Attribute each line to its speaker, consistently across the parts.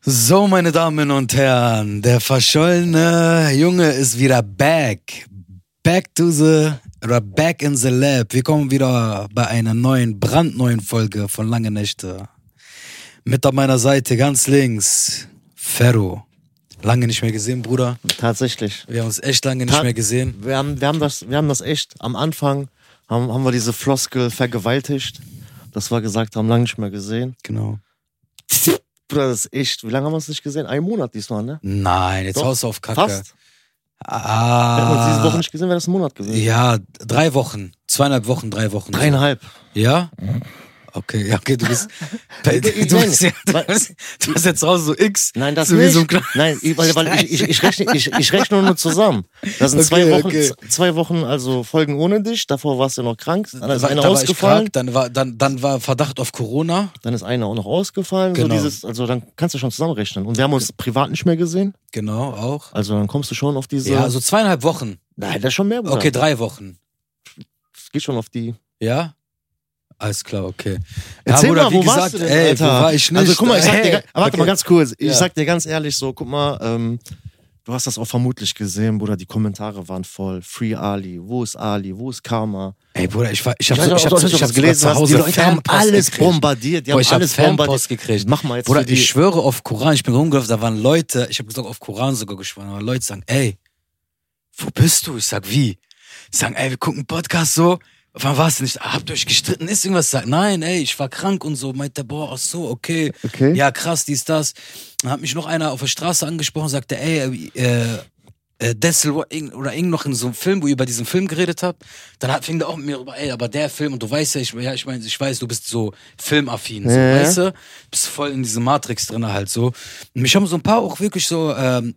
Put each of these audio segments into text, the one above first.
Speaker 1: So, meine Damen und Herren, der verschollene Junge ist wieder back. Back to the, oder back in the lab. Wir kommen wieder bei einer neuen, brandneuen Folge von Lange Nächte. Mit an meiner Seite, ganz links, Ferro. Lange nicht mehr gesehen, Bruder.
Speaker 2: Tatsächlich.
Speaker 1: Wir haben uns echt lange nicht
Speaker 2: Ta-
Speaker 1: mehr gesehen.
Speaker 2: Wir haben, wir haben, das, wir haben das echt am Anfang, haben, haben wir diese Floskel vergewaltigt, dass wir gesagt haben, lange nicht mehr gesehen.
Speaker 1: Genau.
Speaker 2: Bruder, das ist echt. Wie lange haben wir es nicht gesehen? Ein Monat diesmal, ne?
Speaker 1: Nein, jetzt
Speaker 2: Doch,
Speaker 1: haust du auf Kacke.
Speaker 2: Fast. Wir haben uns diese
Speaker 1: Ah,
Speaker 2: Woche nicht gesehen, wäre das ein Monat gewesen.
Speaker 1: ja, drei Wochen. Zweieinhalb Wochen, drei Wochen.
Speaker 2: Dreieinhalb.
Speaker 1: Ja? Okay, ja, okay, du bist. du,
Speaker 2: ich-
Speaker 1: bist ja,
Speaker 2: nein,
Speaker 1: du,
Speaker 2: weil-
Speaker 1: bist, du bist jetzt raus so X.
Speaker 2: Nein, das
Speaker 1: so wie
Speaker 2: nicht.
Speaker 1: So ein klein-
Speaker 2: Nein, ich- weil, weil ich, ich, ich, rechne, ich, ich rechne nur zusammen. Das sind zwei
Speaker 1: Okay,
Speaker 2: Wochen,
Speaker 1: okay.
Speaker 2: z- zwei Wochen also Folgen ohne dich. Davor warst du noch krank. Dann ist
Speaker 1: da,
Speaker 2: einer
Speaker 1: da war ich
Speaker 2: ausgefallen.
Speaker 1: krank, dann war, dann, dann war Verdacht auf Corona.
Speaker 2: Dann ist einer auch noch ausgefallen.
Speaker 1: Genau.
Speaker 2: So dieses, also dann kannst du schon zusammenrechnen. Und wir haben uns privat nicht mehr gesehen.
Speaker 1: Genau, auch.
Speaker 2: Also dann kommst du schon auf diese.
Speaker 1: Ja, also zweieinhalb Wochen.
Speaker 2: Nein, das ist schon mehr. Bruder.
Speaker 1: Okay, drei Wochen.
Speaker 2: Es geht schon auf die.
Speaker 1: Ja? Alles klar, okay.
Speaker 2: Erzähl
Speaker 1: Bruder,
Speaker 2: mal,
Speaker 1: wie
Speaker 2: wo
Speaker 1: gesagt,
Speaker 2: warst du denn,
Speaker 1: ey,
Speaker 2: Alter?
Speaker 1: wo war ich nicht?
Speaker 2: Also guck mal, ich sag
Speaker 1: Hey,
Speaker 2: dir, ga- warte mal
Speaker 1: okay.
Speaker 2: ganz kurz. Ich
Speaker 1: Ja.
Speaker 2: sag dir ganz ehrlich so, guck mal, ähm, du hast das auch vermutlich gesehen, Bruder. Die Kommentare waren voll. Free Ali, wo ist Ali, wo ist Karma?
Speaker 1: Ey, Bruder, ich, war, ich hab,
Speaker 2: weiß
Speaker 1: so,
Speaker 2: nicht,
Speaker 1: ich
Speaker 2: ob
Speaker 1: hab,
Speaker 2: du das
Speaker 1: ich hab sogar
Speaker 2: gelesen
Speaker 1: zu
Speaker 2: hast.
Speaker 1: Hause
Speaker 2: Die Leute haben
Speaker 1: Fanpost
Speaker 2: alles
Speaker 1: gekriegt.
Speaker 2: bombardiert. Die
Speaker 1: Boah,
Speaker 2: haben
Speaker 1: ich hab
Speaker 2: alles
Speaker 1: Fanpost
Speaker 2: bombardiert.
Speaker 1: gekriegt.
Speaker 2: Mach mal jetzt
Speaker 1: Bruder,
Speaker 2: für die.
Speaker 1: ich schwöre auf Koran, ich bin rumgelaufen, da waren Leute, ich habe gesagt, auf Koran sogar geschworen, aber Leute sagen, ey, wo bist du? Ich sag, wie? Die sagen, ey, wir gucken Podcast so. Wann warst du nicht? Ah, Habt ihr euch gestritten? Ist irgendwas? Ich Sag, nein, ey, ich war krank und so. Meint der, boah, ach so, okay.
Speaker 2: okay.
Speaker 1: Ja, krass, dies, das. Dann hat mich noch einer auf der Straße angesprochen und sagte, ey, äh, äh, Dessel oder irgend oder irgend noch in so einem Film, wo ihr über diesen Film geredet habt. Dann hat, fing der auch mit mir rüber, ey, aber der Film, und du weißt ja, ich, ja, ich meine, ich weiß, du bist so filmaffin, so,
Speaker 2: Ja.
Speaker 1: weißt du? Bist voll in diesem Matrix drin halt so. Und mich haben so ein paar auch wirklich so, ähm,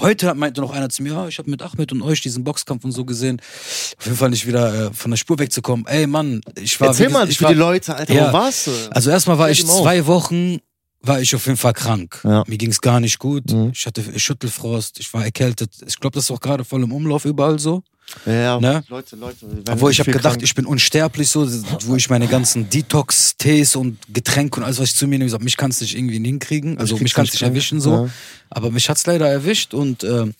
Speaker 1: Heute hat- meinte noch einer zu mir, ja, ich habe mit Ahmed und euch diesen Boxkampf und so gesehen. Auf jeden Fall nicht wieder äh, von der Spur wegzukommen. Ey Mann, ich war
Speaker 2: Erzähl
Speaker 1: wie
Speaker 2: mal
Speaker 1: gesagt, ich
Speaker 2: für
Speaker 1: war,
Speaker 2: die Leute, Alter,
Speaker 1: Ja.
Speaker 2: wo warst du?
Speaker 1: also erstmal war
Speaker 2: Hör
Speaker 1: ich
Speaker 2: ihm auf.
Speaker 1: zwei Wochen, war ich auf jeden Fall krank.
Speaker 2: Ja.
Speaker 1: Mir ging es gar nicht gut.
Speaker 2: Mhm.
Speaker 1: Ich hatte Schüttelfrost, ich war erkältet. Ich glaube, das ist auch gerade voll im Umlauf überall so.
Speaker 2: ja,
Speaker 1: Ne?
Speaker 2: Leute, Leute. wir werden
Speaker 1: Obwohl ich habe
Speaker 2: viel
Speaker 1: gedacht,
Speaker 2: krank.
Speaker 1: ich bin unsterblich so, wo ich meine ganzen Detox-Tees und Getränke und alles, was ich zu mir nehme, gesagt, mich kann's nicht irgendwie hinkriegen. Also
Speaker 2: krieg's
Speaker 1: mich kann's
Speaker 2: nicht
Speaker 1: nicht
Speaker 2: krank.
Speaker 1: erwischen so.
Speaker 2: Ja.
Speaker 1: Aber mich hat's leider erwischt und ähm,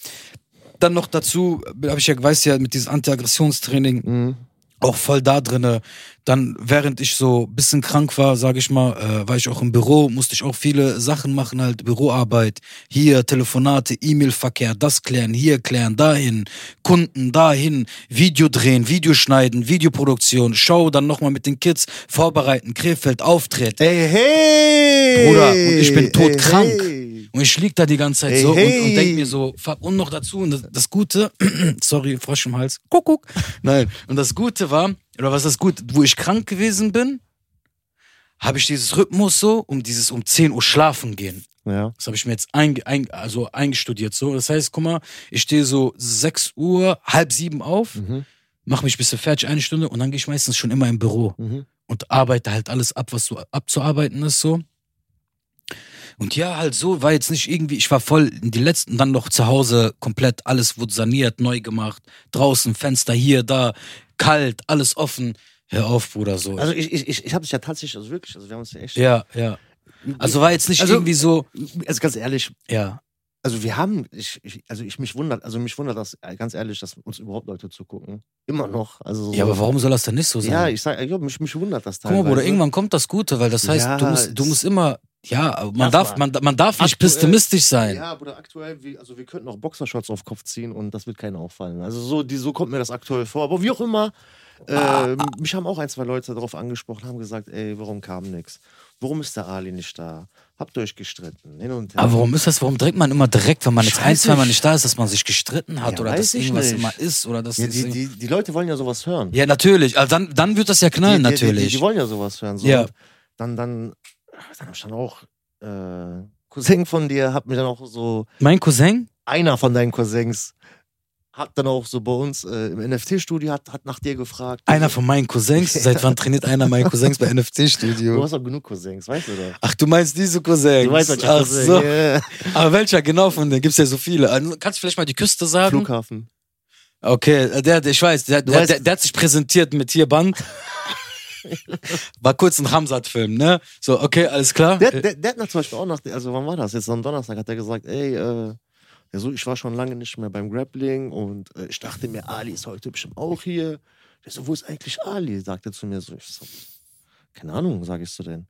Speaker 1: dann noch dazu, habe ich ja, weiß ja, mit diesem Antiaggressionstraining
Speaker 2: Mhm.
Speaker 1: auch voll da drinne. Dann, während ich so ein bisschen krank war, sage ich mal, äh, war ich auch im Büro, musste ich auch viele Sachen machen, halt Büroarbeit, hier Telefonate, E-Mail-Verkehr, das klären, hier klären, dahin, Kunden dahin, Video drehen, Video schneiden, Videoproduktion, Show, dann nochmal mit den Kids vorbereiten, Krefeld, Auftritt.
Speaker 2: Ey, hey!
Speaker 1: Bruder, und ich bin todkrank.
Speaker 2: hey.
Speaker 1: Und ich lieg da die ganze Zeit
Speaker 2: Hey,
Speaker 1: so und, und
Speaker 2: hey.
Speaker 1: denk mir so, fuck, und noch dazu, und das, das Gute, sorry, Frosch im Hals, Kuckuck. Nein, und das Gute war, oder was ist das Gute, wo ich krank gewesen bin, habe ich dieses Rhythmus so, um dieses um 10 Uhr schlafen gehen.
Speaker 2: Ja.
Speaker 1: Das habe ich mir jetzt einge, ein, also eingestudiert so. Das heißt, guck mal, ich stehe so 6 Uhr, halb sieben auf,
Speaker 2: Mhm.
Speaker 1: mache mich ein bisschen fertig, eine Stunde, und dann gehe ich meistens schon immer im Büro
Speaker 2: Mhm.
Speaker 1: und arbeite halt alles ab, was so abzuarbeiten ist so. Und ja, halt so, war jetzt nicht irgendwie, ich war voll in die letzten, dann noch zu Hause komplett, alles wurde saniert, neu gemacht, draußen, Fenster hier, da, kalt, alles offen. Hör auf, Bruder, so.
Speaker 2: Also ich, ich, ich, ich habe dich ja tatsächlich, also wirklich, also wir haben uns ja echt.
Speaker 1: ja, ja. Also war jetzt nicht
Speaker 2: Also-
Speaker 1: irgendwie so,
Speaker 2: Also ganz ehrlich,
Speaker 1: ja.
Speaker 2: also wir haben, ich, ich, also ich mich wundert, also mich wundert das äh, ganz ehrlich, dass uns überhaupt Leute zugucken. Immer noch. Also so,
Speaker 1: Ja, aber warum soll das denn nicht so sein?
Speaker 2: Ja, ich sag, ja, mich, mich wundert das
Speaker 1: Guck
Speaker 2: teilweise.
Speaker 1: mal, Bruder, irgendwann kommt das Gute, weil das heißt,
Speaker 2: Ja,
Speaker 1: du, musst, du
Speaker 2: es-
Speaker 1: musst immer, ja, aber man
Speaker 2: Darf
Speaker 1: darf, man, man darf nicht
Speaker 2: Aktuell-
Speaker 1: pessimistisch sein.
Speaker 2: Ja, Bruder, aktuell, wie, also wir könnten auch Boxershorts auf den Kopf ziehen und das wird keinen auffallen. Also so, die, so kommt mir das aktuell vor. Aber wie auch immer, äh, mich haben auch ein, zwei Leute darauf angesprochen, haben gesagt, ey, warum kam nichts? Warum ist der Ali nicht da? Habt ihr euch gestritten? Hin und her.
Speaker 1: Aber warum ist das, warum drängt man immer direkt, wenn man
Speaker 2: Ich
Speaker 1: jetzt
Speaker 2: weiß
Speaker 1: ein, zwei Mal
Speaker 2: nicht.
Speaker 1: nicht da ist, dass man sich gestritten hat
Speaker 2: Ja,
Speaker 1: oder dass
Speaker 2: weiß ich
Speaker 1: irgendwas
Speaker 2: nicht.
Speaker 1: immer ist oder dass
Speaker 2: Ja,
Speaker 1: es
Speaker 2: die,
Speaker 1: irgendwie-
Speaker 2: die, die Leute wollen ja sowas hören.
Speaker 1: ja natürlich, also dann, dann wird das ja knallen
Speaker 2: die, die- Die,
Speaker 1: natürlich.
Speaker 2: die, die wollen ja sowas hören. So.
Speaker 1: Ja.
Speaker 2: Und Dann, dann, dann hab ich dann auch äh, Cousin von dir, hat mir dann auch so,
Speaker 1: mein Cousin,
Speaker 2: einer von deinen Cousins hat dann auch so bei uns äh, im NFT-Studio hat, hat nach dir gefragt.
Speaker 1: einer von meinen Cousins, seit wann trainiert einer meiner Cousins bei
Speaker 2: Du
Speaker 1: NFC-Studio?
Speaker 2: hast auch genug Cousins, weißt du das?
Speaker 1: Ach, du meinst diese Cousins?
Speaker 2: Du weißt, was ich
Speaker 1: Ach
Speaker 2: Cousin,
Speaker 1: so.
Speaker 2: yeah.
Speaker 1: Aber welcher genau von denen? Gibt's ja so viele. Also, Kannst du vielleicht mal die Küste sagen?
Speaker 2: Flughafen.
Speaker 1: Okay, äh, der, der, ich weiß, der,
Speaker 2: Du
Speaker 1: der,
Speaker 2: weißt-
Speaker 1: der, der hat sich präsentiert mit hier Band. War kurz ein Hamzat-Film, ne? So, okay, alles klar.
Speaker 2: Der, der, der hat nach zum Beispiel auch nach, also wann war das? Jetzt am Donnerstag hat er gesagt, ey, äh, ja, so, ich war schon lange nicht mehr beim Grappling und äh, ich dachte mir, Ali ist heute bestimmt auch hier. Ich so, wo ist eigentlich Ali? Sagt er zu mir so. Ich so keine Ahnung, sage ich so denn.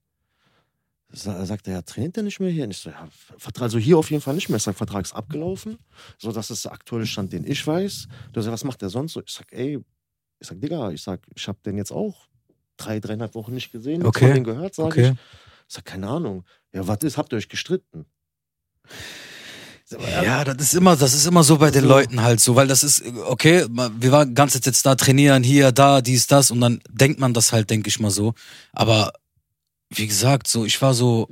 Speaker 2: Sa sagt er, ja, trainiert er nicht mehr hier? Und ich so, ja, Vertra- also hier auf jeden Fall nicht mehr. Ich sag, Vertrag ist abgelaufen. So, das ist der aktuelle Stand, den ich weiß. Du sagst, was macht er sonst so? Ich sag, ey, ich sag, Digga, ich sag, ich hab den jetzt auch drei, dreieinhalb Wochen nicht gesehen, nichts
Speaker 1: Okay.
Speaker 2: von den gehört, sage
Speaker 1: Okay.
Speaker 2: ich. Ich sag, keine Ahnung. Ja, was ist, habt ihr euch gestritten? Ich sag,
Speaker 1: Ja, das ist immer, das ist immer so bei den
Speaker 2: So.
Speaker 1: Leuten halt so, weil das ist, okay, ma- wir waren ganz jetzt da trainieren, hier, da, dies, das und dann denkt man das halt, denke ich mal so. Aber wie gesagt, so, ich war so,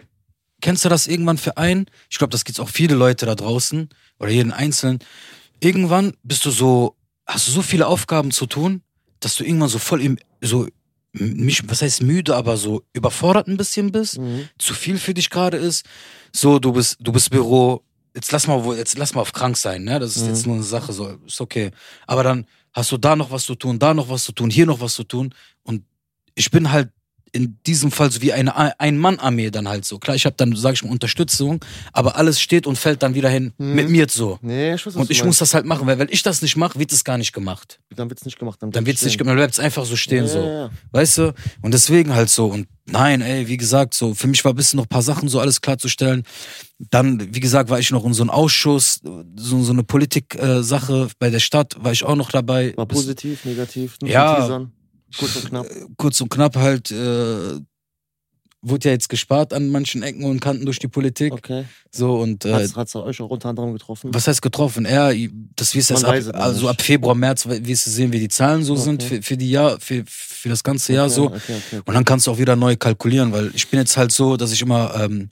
Speaker 1: kennst du das irgendwann für einen? Ich glaube, das gibt's auch viele Leute da draußen oder jeden Einzelnen. Irgendwann bist du so, hast du so viele Aufgaben zu tun, dass du irgendwann so voll im, so, m- nicht, was heißt müde, aber so überfordert ein bisschen bist
Speaker 2: Mhm.
Speaker 1: zu viel für dich gerade ist. So, du bist, du bist Büro. Jetzt lass mal, wo- jetzt lass mal auf krank sein, ne? Das ist
Speaker 2: Mhm.
Speaker 1: jetzt nur eine Sache, so ist okay. Aber dann hast du da noch was zu tun, da noch was zu tun, hier noch was zu tun. Und ich bin halt in diesem Fall so wie eine A- Ein-Mann-Armee dann halt so. Klar, ich habe dann, sage ich mal, Unterstützung, aber alles steht und fällt dann wieder hin
Speaker 2: Mhm.
Speaker 1: mit mir so.
Speaker 2: Nee, ich weiß, was
Speaker 1: Und
Speaker 2: du
Speaker 1: ich muss
Speaker 2: meinst.
Speaker 1: das halt machen, weil wenn ich das nicht mache, wird es gar nicht gemacht.
Speaker 2: Dann wird's nicht gemacht.
Speaker 1: Dann wird's nicht gemacht, dann bleibt's einfach so stehen
Speaker 2: ja,
Speaker 1: so.
Speaker 2: Ja, ja.
Speaker 1: Weißt du? Und deswegen halt so. Und nein, ey, wie gesagt, so, für mich war ein bisschen noch ein paar Sachen so alles klarzustellen. Dann, wie gesagt, war ich noch in so einem Ausschuss, so, so eine Politik-Sache bei der Stadt, war ich auch noch dabei.
Speaker 2: War
Speaker 1: Bis-
Speaker 2: positiv, negativ. nur
Speaker 1: Ja. Äh,
Speaker 2: zum Teasern. Kurz und knapp.
Speaker 1: kurz und knapp halt, äh, wurde ja jetzt gespart an manchen Ecken und Kanten durch die Politik.
Speaker 2: Okay.
Speaker 1: So, und äh,
Speaker 2: Hat's, hat's euch auch unter anderem getroffen?
Speaker 1: was heißt getroffen? Er, das wirst du
Speaker 2: Man
Speaker 1: erst ab,
Speaker 2: weiß es noch
Speaker 1: also
Speaker 2: nicht.
Speaker 1: ab Februar, März wirst du sehen, wie die Zahlen so sind
Speaker 2: Okay.
Speaker 1: für, für die Jahr, für, für das ganze Jahr
Speaker 2: okay,
Speaker 1: so.
Speaker 2: Okay, okay, okay.
Speaker 1: Und dann kannst du auch wieder neu kalkulieren, weil ich bin jetzt halt so, dass ich immer ähm,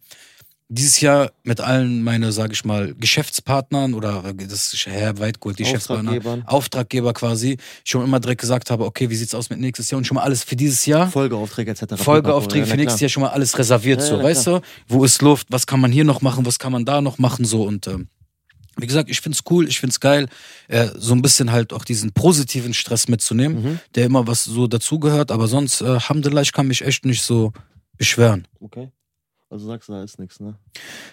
Speaker 1: dieses Jahr mit allen meine, sage ich mal, Geschäftspartnern oder äh, das ist Herr Weidgold, die Geschäftspartner,
Speaker 2: Auftraggebern.
Speaker 1: Auftraggeber quasi, schon immer direkt gesagt habe, okay, wie sieht's aus mit nächstes Jahr und schon mal alles für dieses Jahr.
Speaker 2: Folgeaufträge etc.
Speaker 1: Folgeaufträge
Speaker 2: Ja,
Speaker 1: für
Speaker 2: na
Speaker 1: nächstes
Speaker 2: klar.
Speaker 1: Jahr schon mal alles reserviert,
Speaker 2: Ja,
Speaker 1: so,
Speaker 2: ja,
Speaker 1: weißt du? Wo ist Luft? Was kann man hier noch machen? Was kann man da noch machen? So und ähm, wie gesagt, ich find's cool, ich find's geil, äh, so ein bisschen halt auch diesen positiven Stress mitzunehmen,
Speaker 2: Mhm.
Speaker 1: der immer was so dazugehört, aber sonst, äh, Alhamdulillah, ich kann mich echt nicht so beschweren.
Speaker 2: Okay. Also sagst du, da ist nichts, ne?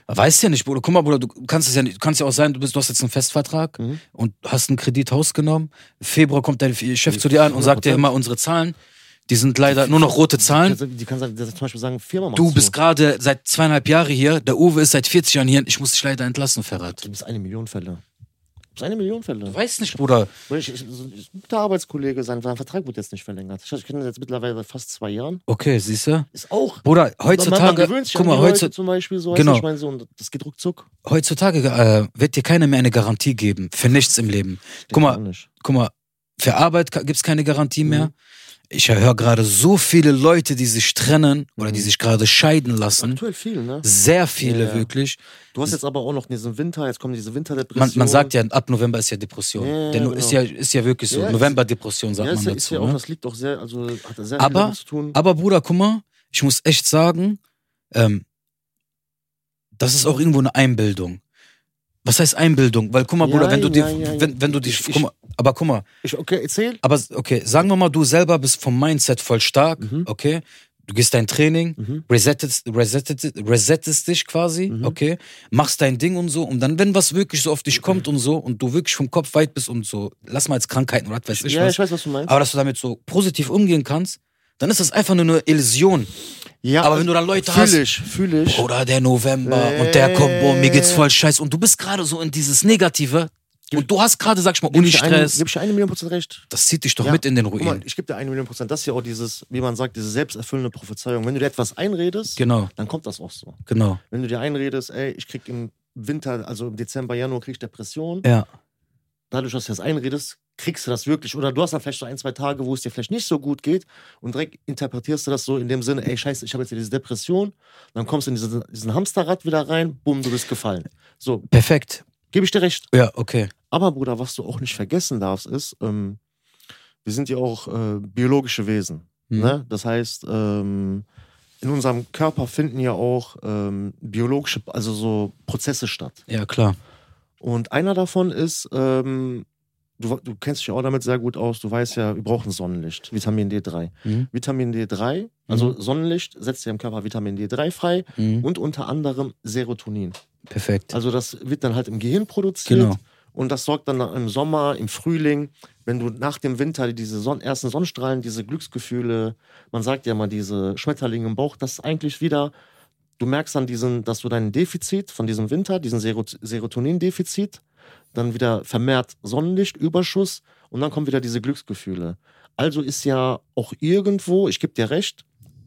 Speaker 1: Weißt ja nicht, Bruder. Guck mal, Bruder, du kannst es ja nicht, kannst ja auch sein, du, bist, du hast jetzt einen Festvertrag
Speaker 2: Mhm.
Speaker 1: und hast einen Kredit genommen. Im Februar kommt dein Chef zu dir an und sagt dir immer, unsere Zahlen, die sind leider nur noch rote Zahlen.
Speaker 2: Also, die kann sagen, die kann zum Beispiel sagen, Firma macht
Speaker 1: Du
Speaker 2: zu.
Speaker 1: bist gerade seit zweieinhalb Jahren hier, der Uwe ist seit 40 Jahren hier und ich muss dich leider entlassen, Ferrat.
Speaker 2: Du bist eine Million Fälle. Du bist eine Million Fälle.
Speaker 1: Du weißt nicht, Bruder.
Speaker 2: Ich, ich, so- ich, der Arbeitskollege, sein, sein Vertrag wurde jetzt nicht verlängert. Ich, ich kenne das jetzt mittlerweile seit fast zwei Jahren.
Speaker 1: Okay, siehst du?
Speaker 2: Ist auch.
Speaker 1: Bruder,
Speaker 2: man, man
Speaker 1: heutzutage,
Speaker 2: gewöhnt sich
Speaker 1: guck
Speaker 2: an
Speaker 1: mal,
Speaker 2: die Leute
Speaker 1: heutzutage,
Speaker 2: zum Beispiel so.
Speaker 1: Genau.
Speaker 2: Genau. Ich meine, so, und das geht ruckzuck.
Speaker 1: heutzutage äh, wird dir keiner mehr eine Garantie geben. Für nichts im Leben. Guck
Speaker 2: Auch
Speaker 1: mal,
Speaker 2: nicht.
Speaker 1: guck mal, für Arbeit ka- gibt's keine Garantie mehr.
Speaker 2: Mhm.
Speaker 1: Ich höre gerade so viele Leute, die sich trennen oder die
Speaker 2: Mhm.
Speaker 1: sich gerade scheiden lassen.
Speaker 2: Aktuell viel, ne?
Speaker 1: Sehr viele
Speaker 2: Ja.
Speaker 1: wirklich.
Speaker 2: Du hast jetzt aber auch noch diesen Winter, jetzt kommen diese Winterdepressionen.
Speaker 1: Man, man sagt ja, ab November ist ja Depression.
Speaker 2: Ja, ja,
Speaker 1: Der no
Speaker 2: genau.
Speaker 1: ist, ja, ist ja wirklich so.
Speaker 2: Ja, ist-
Speaker 1: November-Depression sagt
Speaker 2: ja,
Speaker 1: man
Speaker 2: ist, ja-
Speaker 1: dazu.
Speaker 2: ist ja
Speaker 1: ne?
Speaker 2: auch, das liegt auch sehr, also hat sehr
Speaker 1: Aber-
Speaker 2: viel damit zu tun.
Speaker 1: Aber Bruder, guck mal, ich muss echt sagen, ähm, das ist auch irgendwo eine Einbildung. Was heißt Einbildung? Weil guck mal, Bruder, wenn du
Speaker 2: Jein,
Speaker 1: dir,
Speaker 2: ja, ja, ja.
Speaker 1: wenn, wenn du dich,
Speaker 2: Ich- ich-
Speaker 1: guck mal, aber guck mal,
Speaker 2: Ich, okay, erzähl.
Speaker 1: aber okay, sagen wir mal, du selber bist vom Mindset voll stark,
Speaker 2: Mhm.
Speaker 1: okay? Du gehst dein Training, resettest, resettest, resettest dich quasi,
Speaker 2: Mhm.
Speaker 1: okay? Machst dein Ding und so und dann, wenn was wirklich so auf dich kommt und so und du wirklich vom Kopf weit bist und so, lass mal jetzt Krankheiten oder was weiß ich
Speaker 2: ja,
Speaker 1: was,
Speaker 2: ich weiß, was du meinst.
Speaker 1: aber dass du damit so positiv umgehen kannst, dann ist das einfach nur eine Illusion.
Speaker 2: ja,
Speaker 1: aber wenn du dann Leute hast-
Speaker 2: fühl ich, fühl ich.
Speaker 1: Oder der November und der kommt, boah, mir geht's voll scheiße. Und du bist gerade so in dieses Negative und du hast gerade, sag ich mal,
Speaker 2: Gib ich dir eine-
Speaker 1: Unistress.
Speaker 2: Gib ich dir eine Million Prozent recht.
Speaker 1: Das zieht dich doch
Speaker 2: Ja.
Speaker 1: mit in den
Speaker 2: Guck mal,
Speaker 1: Ruin.
Speaker 2: ich gebe dir eine Million Prozent. Das ist ja auch dieses, wie man sagt, diese selbsterfüllende Prophezeiung. Wenn du dir etwas einredest,
Speaker 1: Genau,
Speaker 2: dann kommt das auch so.
Speaker 1: genau.
Speaker 2: Wenn du dir einredest, ey, ich krieg im Winter, also im Dezember, Januar krieg ich Depression.
Speaker 1: Ja,
Speaker 2: dadurch, dass du das einredest, kriegst du das wirklich. Oder du hast dann vielleicht so ein, zwei Tage, wo es dir vielleicht nicht so gut geht und direkt interpretierst du das so in dem Sinne, ey, scheiße, ich habe jetzt hier diese Depression. Dann kommst du in diesen, diesen Hamsterrad wieder rein, bumm, du bist gefallen. So,
Speaker 1: perfekt.
Speaker 2: gebe ich dir recht.
Speaker 1: Ja, okay.
Speaker 2: Aber Bruder, was du auch nicht vergessen darfst, ist, ähm, wir sind ja auch äh, biologische Wesen.
Speaker 1: Hm.
Speaker 2: Ne? Das heißt, ähm, in unserem Körper finden ja auch ähm, biologische, also so Prozesse statt.
Speaker 1: Ja, klar.
Speaker 2: Und einer davon ist ähm, du, du kennst dich auch damit sehr gut aus, du weißt ja, wir brauchen Sonnenlicht, Vitamin D3.
Speaker 1: Mhm.
Speaker 2: Vitamin D3, also Sonnenlicht setzt ja im Körper Vitamin D3 frei
Speaker 1: Mhm.
Speaker 2: und unter anderem Serotonin.
Speaker 1: Perfekt.
Speaker 2: Also das wird dann halt im Gehirn produziert.
Speaker 1: Genau.
Speaker 2: Und das sorgt dann im Sommer, im Frühling, wenn du nach dem Winter diese Son ersten Sonnenstrahlen, diese Glücksgefühle, man sagt ja mal diese Schmetterlinge im Bauch, das ist eigentlich wieder, du merkst dann diesen, dass du dein Defizit von diesem Winter, diesen Serot Serotonin-Defizit, dann wieder vermehrt Sonnenlicht, Überschuss und dann kommen wieder diese Glücksgefühle. Also ist ja auch irgendwo, ich gebe dir recht,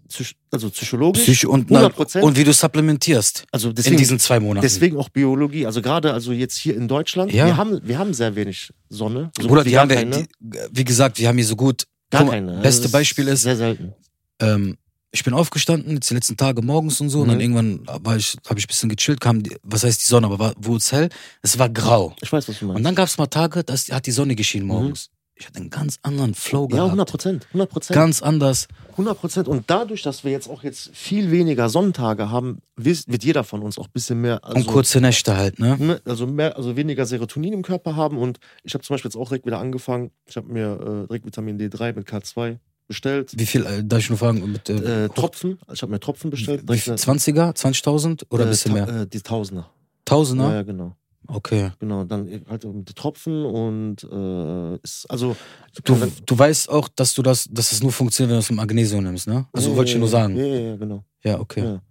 Speaker 2: psych also psychologisch,
Speaker 1: Psych und, na,
Speaker 2: 100%,
Speaker 1: und wie du supplementierst
Speaker 2: also
Speaker 1: in
Speaker 2: deswegen
Speaker 1: diesen zwei Monaten.
Speaker 2: Deswegen auch Biologie. Also gerade also jetzt hier in Deutschland,
Speaker 1: Ja.
Speaker 2: wir, haben, wir haben sehr wenig Sonne. So
Speaker 1: Bruder,
Speaker 2: gut wie
Speaker 1: die
Speaker 2: gar ne?
Speaker 1: haben wir,
Speaker 2: keine.
Speaker 1: die, wie gesagt, wir haben hier so gut.
Speaker 2: gar
Speaker 1: guck mal,
Speaker 2: keine. Also
Speaker 1: Beste
Speaker 2: das
Speaker 1: Beispiel ist,
Speaker 2: Sehr selten.
Speaker 1: ähm, ich bin aufgestanden, jetzt die letzten Tage morgens und so, und dann
Speaker 2: Mhm.
Speaker 1: irgendwann war ich, habe ich ein bisschen gechillt, kam, die, was heißt die Sonne, aber war, wurde es hell, es war grau.
Speaker 2: Ich weiß, was du meinst.
Speaker 1: Und dann gab es mal Tage, da ist- hat die Sonne geschienen morgens. Ich hatte einen ganz anderen Flow
Speaker 2: Mhm. ja,
Speaker 1: gehabt.
Speaker 2: 100 Prozent. 100 Prozent.
Speaker 1: ganz anders.
Speaker 2: 100 Prozent. Und dadurch, dass wir jetzt auch jetzt viel weniger Sonnentage haben, wiss- wird jeder von uns auch ein bisschen mehr. Also,
Speaker 1: Und kurze Nächte halt, ne?
Speaker 2: ne, Also, mehr, also weniger Serotonin im Körper haben. Und ich habe zum Beispiel jetzt auch direkt wieder angefangen. Ich habe mir äh, direkt Vitamin D3 mit K2 bestellt.
Speaker 1: Wie viel, äh, darf ich nur fragen, mit äh,
Speaker 2: Äh, Tropfen. Ich habe mir Tropfen bestellt.
Speaker 1: wie
Speaker 2: Direkt
Speaker 1: viel,
Speaker 2: eine-
Speaker 1: 20er, 20.000 oder ein
Speaker 2: äh,
Speaker 1: bisschen
Speaker 2: Ta-
Speaker 1: mehr?
Speaker 2: Äh, die Tausender. Ja,
Speaker 1: Tausender?
Speaker 2: ja, genau.
Speaker 1: Okay.
Speaker 2: Genau, dann halt um die Tropfen und äh, ist, also
Speaker 1: Du,
Speaker 2: kann dann-
Speaker 1: du weißt auch, dass du das, dass das nur funktioniert, wenn du es mit Magnesium nimmst, ne? Also
Speaker 2: Ja,
Speaker 1: wollte ich
Speaker 2: ja,
Speaker 1: dir nur
Speaker 2: ja,
Speaker 1: sagen.
Speaker 2: Ja, ja, ja, genau.
Speaker 1: Ja, okay.
Speaker 2: Ja.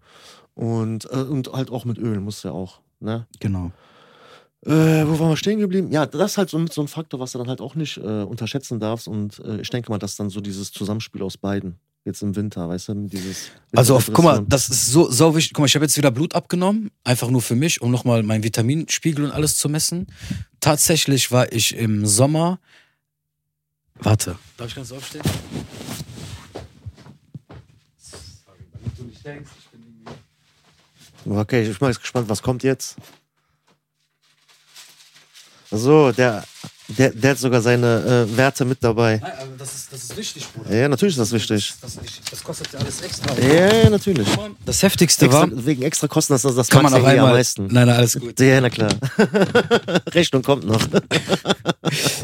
Speaker 2: Und, äh, und halt auch mit Öl muss ja auch. Ne?
Speaker 1: Genau.
Speaker 2: Äh, wo waren wir stehen geblieben? Ja, das ist halt so, mit so ein Faktor, was du dann halt auch nicht äh, unterschätzen darfst. Und äh, ich denke mal, dass dann so dieses Zusammenspiel aus beiden jetzt im Winter, weißt du, dieses
Speaker 1: Also, auf, guck mal,
Speaker 2: Winterdepression.
Speaker 1: das ist so, so wichtig. Guck mal, ich habe jetzt wieder Blut abgenommen, einfach nur für mich, um nochmal meinen Vitaminspiegel und alles zu messen. Tatsächlich war ich im Sommer. Warte. Darf ich ganz aufstehen? Sorry, damit du nicht denkst, ich bin irgendwie.
Speaker 2: Okay, ich bin jetzt gespannt, was kommt jetzt? So, der, der, der hat sogar seine äh, Werte mit dabei.
Speaker 1: Nein, aber das ist, das ist wichtig, Bruder.
Speaker 2: Ja, natürlich ist das wichtig.
Speaker 1: Das, das, das kostet ja alles extra.
Speaker 2: Ja, ja, natürlich.
Speaker 1: Das Heftigste war,
Speaker 2: Extra, wegen extra Kosten, das, das, das
Speaker 1: kann man
Speaker 2: magst
Speaker 1: auch
Speaker 2: du irgendwie
Speaker 1: einmal.
Speaker 2: am meisten.
Speaker 1: Nein, nein, alles gut.
Speaker 2: Ja, na klar. Rechnung kommt noch.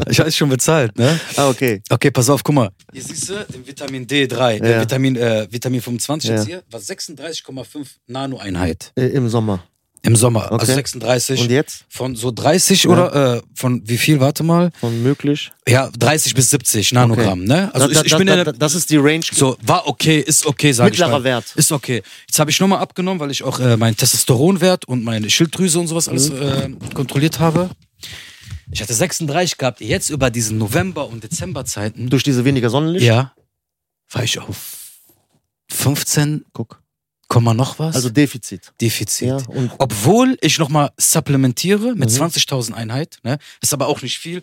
Speaker 1: Ich habe es schon bezahlt, ne?
Speaker 2: Ah, okay.
Speaker 1: Okay, pass auf, guck mal. Hier siehst du den Vitamin D3, der
Speaker 2: Ja.
Speaker 1: Vitamin, äh, Vitamin 25 jetzt
Speaker 2: Ja.
Speaker 1: hier, war 36,5 Nanoeinheit
Speaker 2: Äh, Im Sommer.
Speaker 1: im Sommer.
Speaker 2: Okay.
Speaker 1: Also 36.
Speaker 2: Und jetzt?
Speaker 1: von so 30 oder äh, von wie viel, warte mal.
Speaker 2: Von möglich.
Speaker 1: Ja, 30 bis 70 Nanogramm, ne? Also
Speaker 2: Da-
Speaker 1: ich,
Speaker 2: da-
Speaker 1: ich bin
Speaker 2: da-
Speaker 1: in
Speaker 2: da-
Speaker 1: der,
Speaker 2: das ist die Range.
Speaker 1: So, war okay, ist okay, sag ich
Speaker 2: Mittlerer
Speaker 1: mal.
Speaker 2: Wert.
Speaker 1: Ist okay. Jetzt habe ich nochmal abgenommen, weil ich auch äh, meinen Testosteronwert und meine Schilddrüse und sowas alles äh,
Speaker 2: Mhm.
Speaker 1: kontrolliert habe. Ich hatte 36 gehabt, jetzt über diesen November- und Dezemberzeiten.
Speaker 2: Durch diese weniger Sonnenlicht.
Speaker 1: Ja, war ich auf 15,
Speaker 2: Guck.
Speaker 1: Komma noch was.
Speaker 2: Also Defizit.
Speaker 1: Defizit.
Speaker 2: Ja, Mhm. und
Speaker 1: Obwohl ich nochmal supplementiere mit 20.000 Einheit, ne? ist aber auch nicht viel.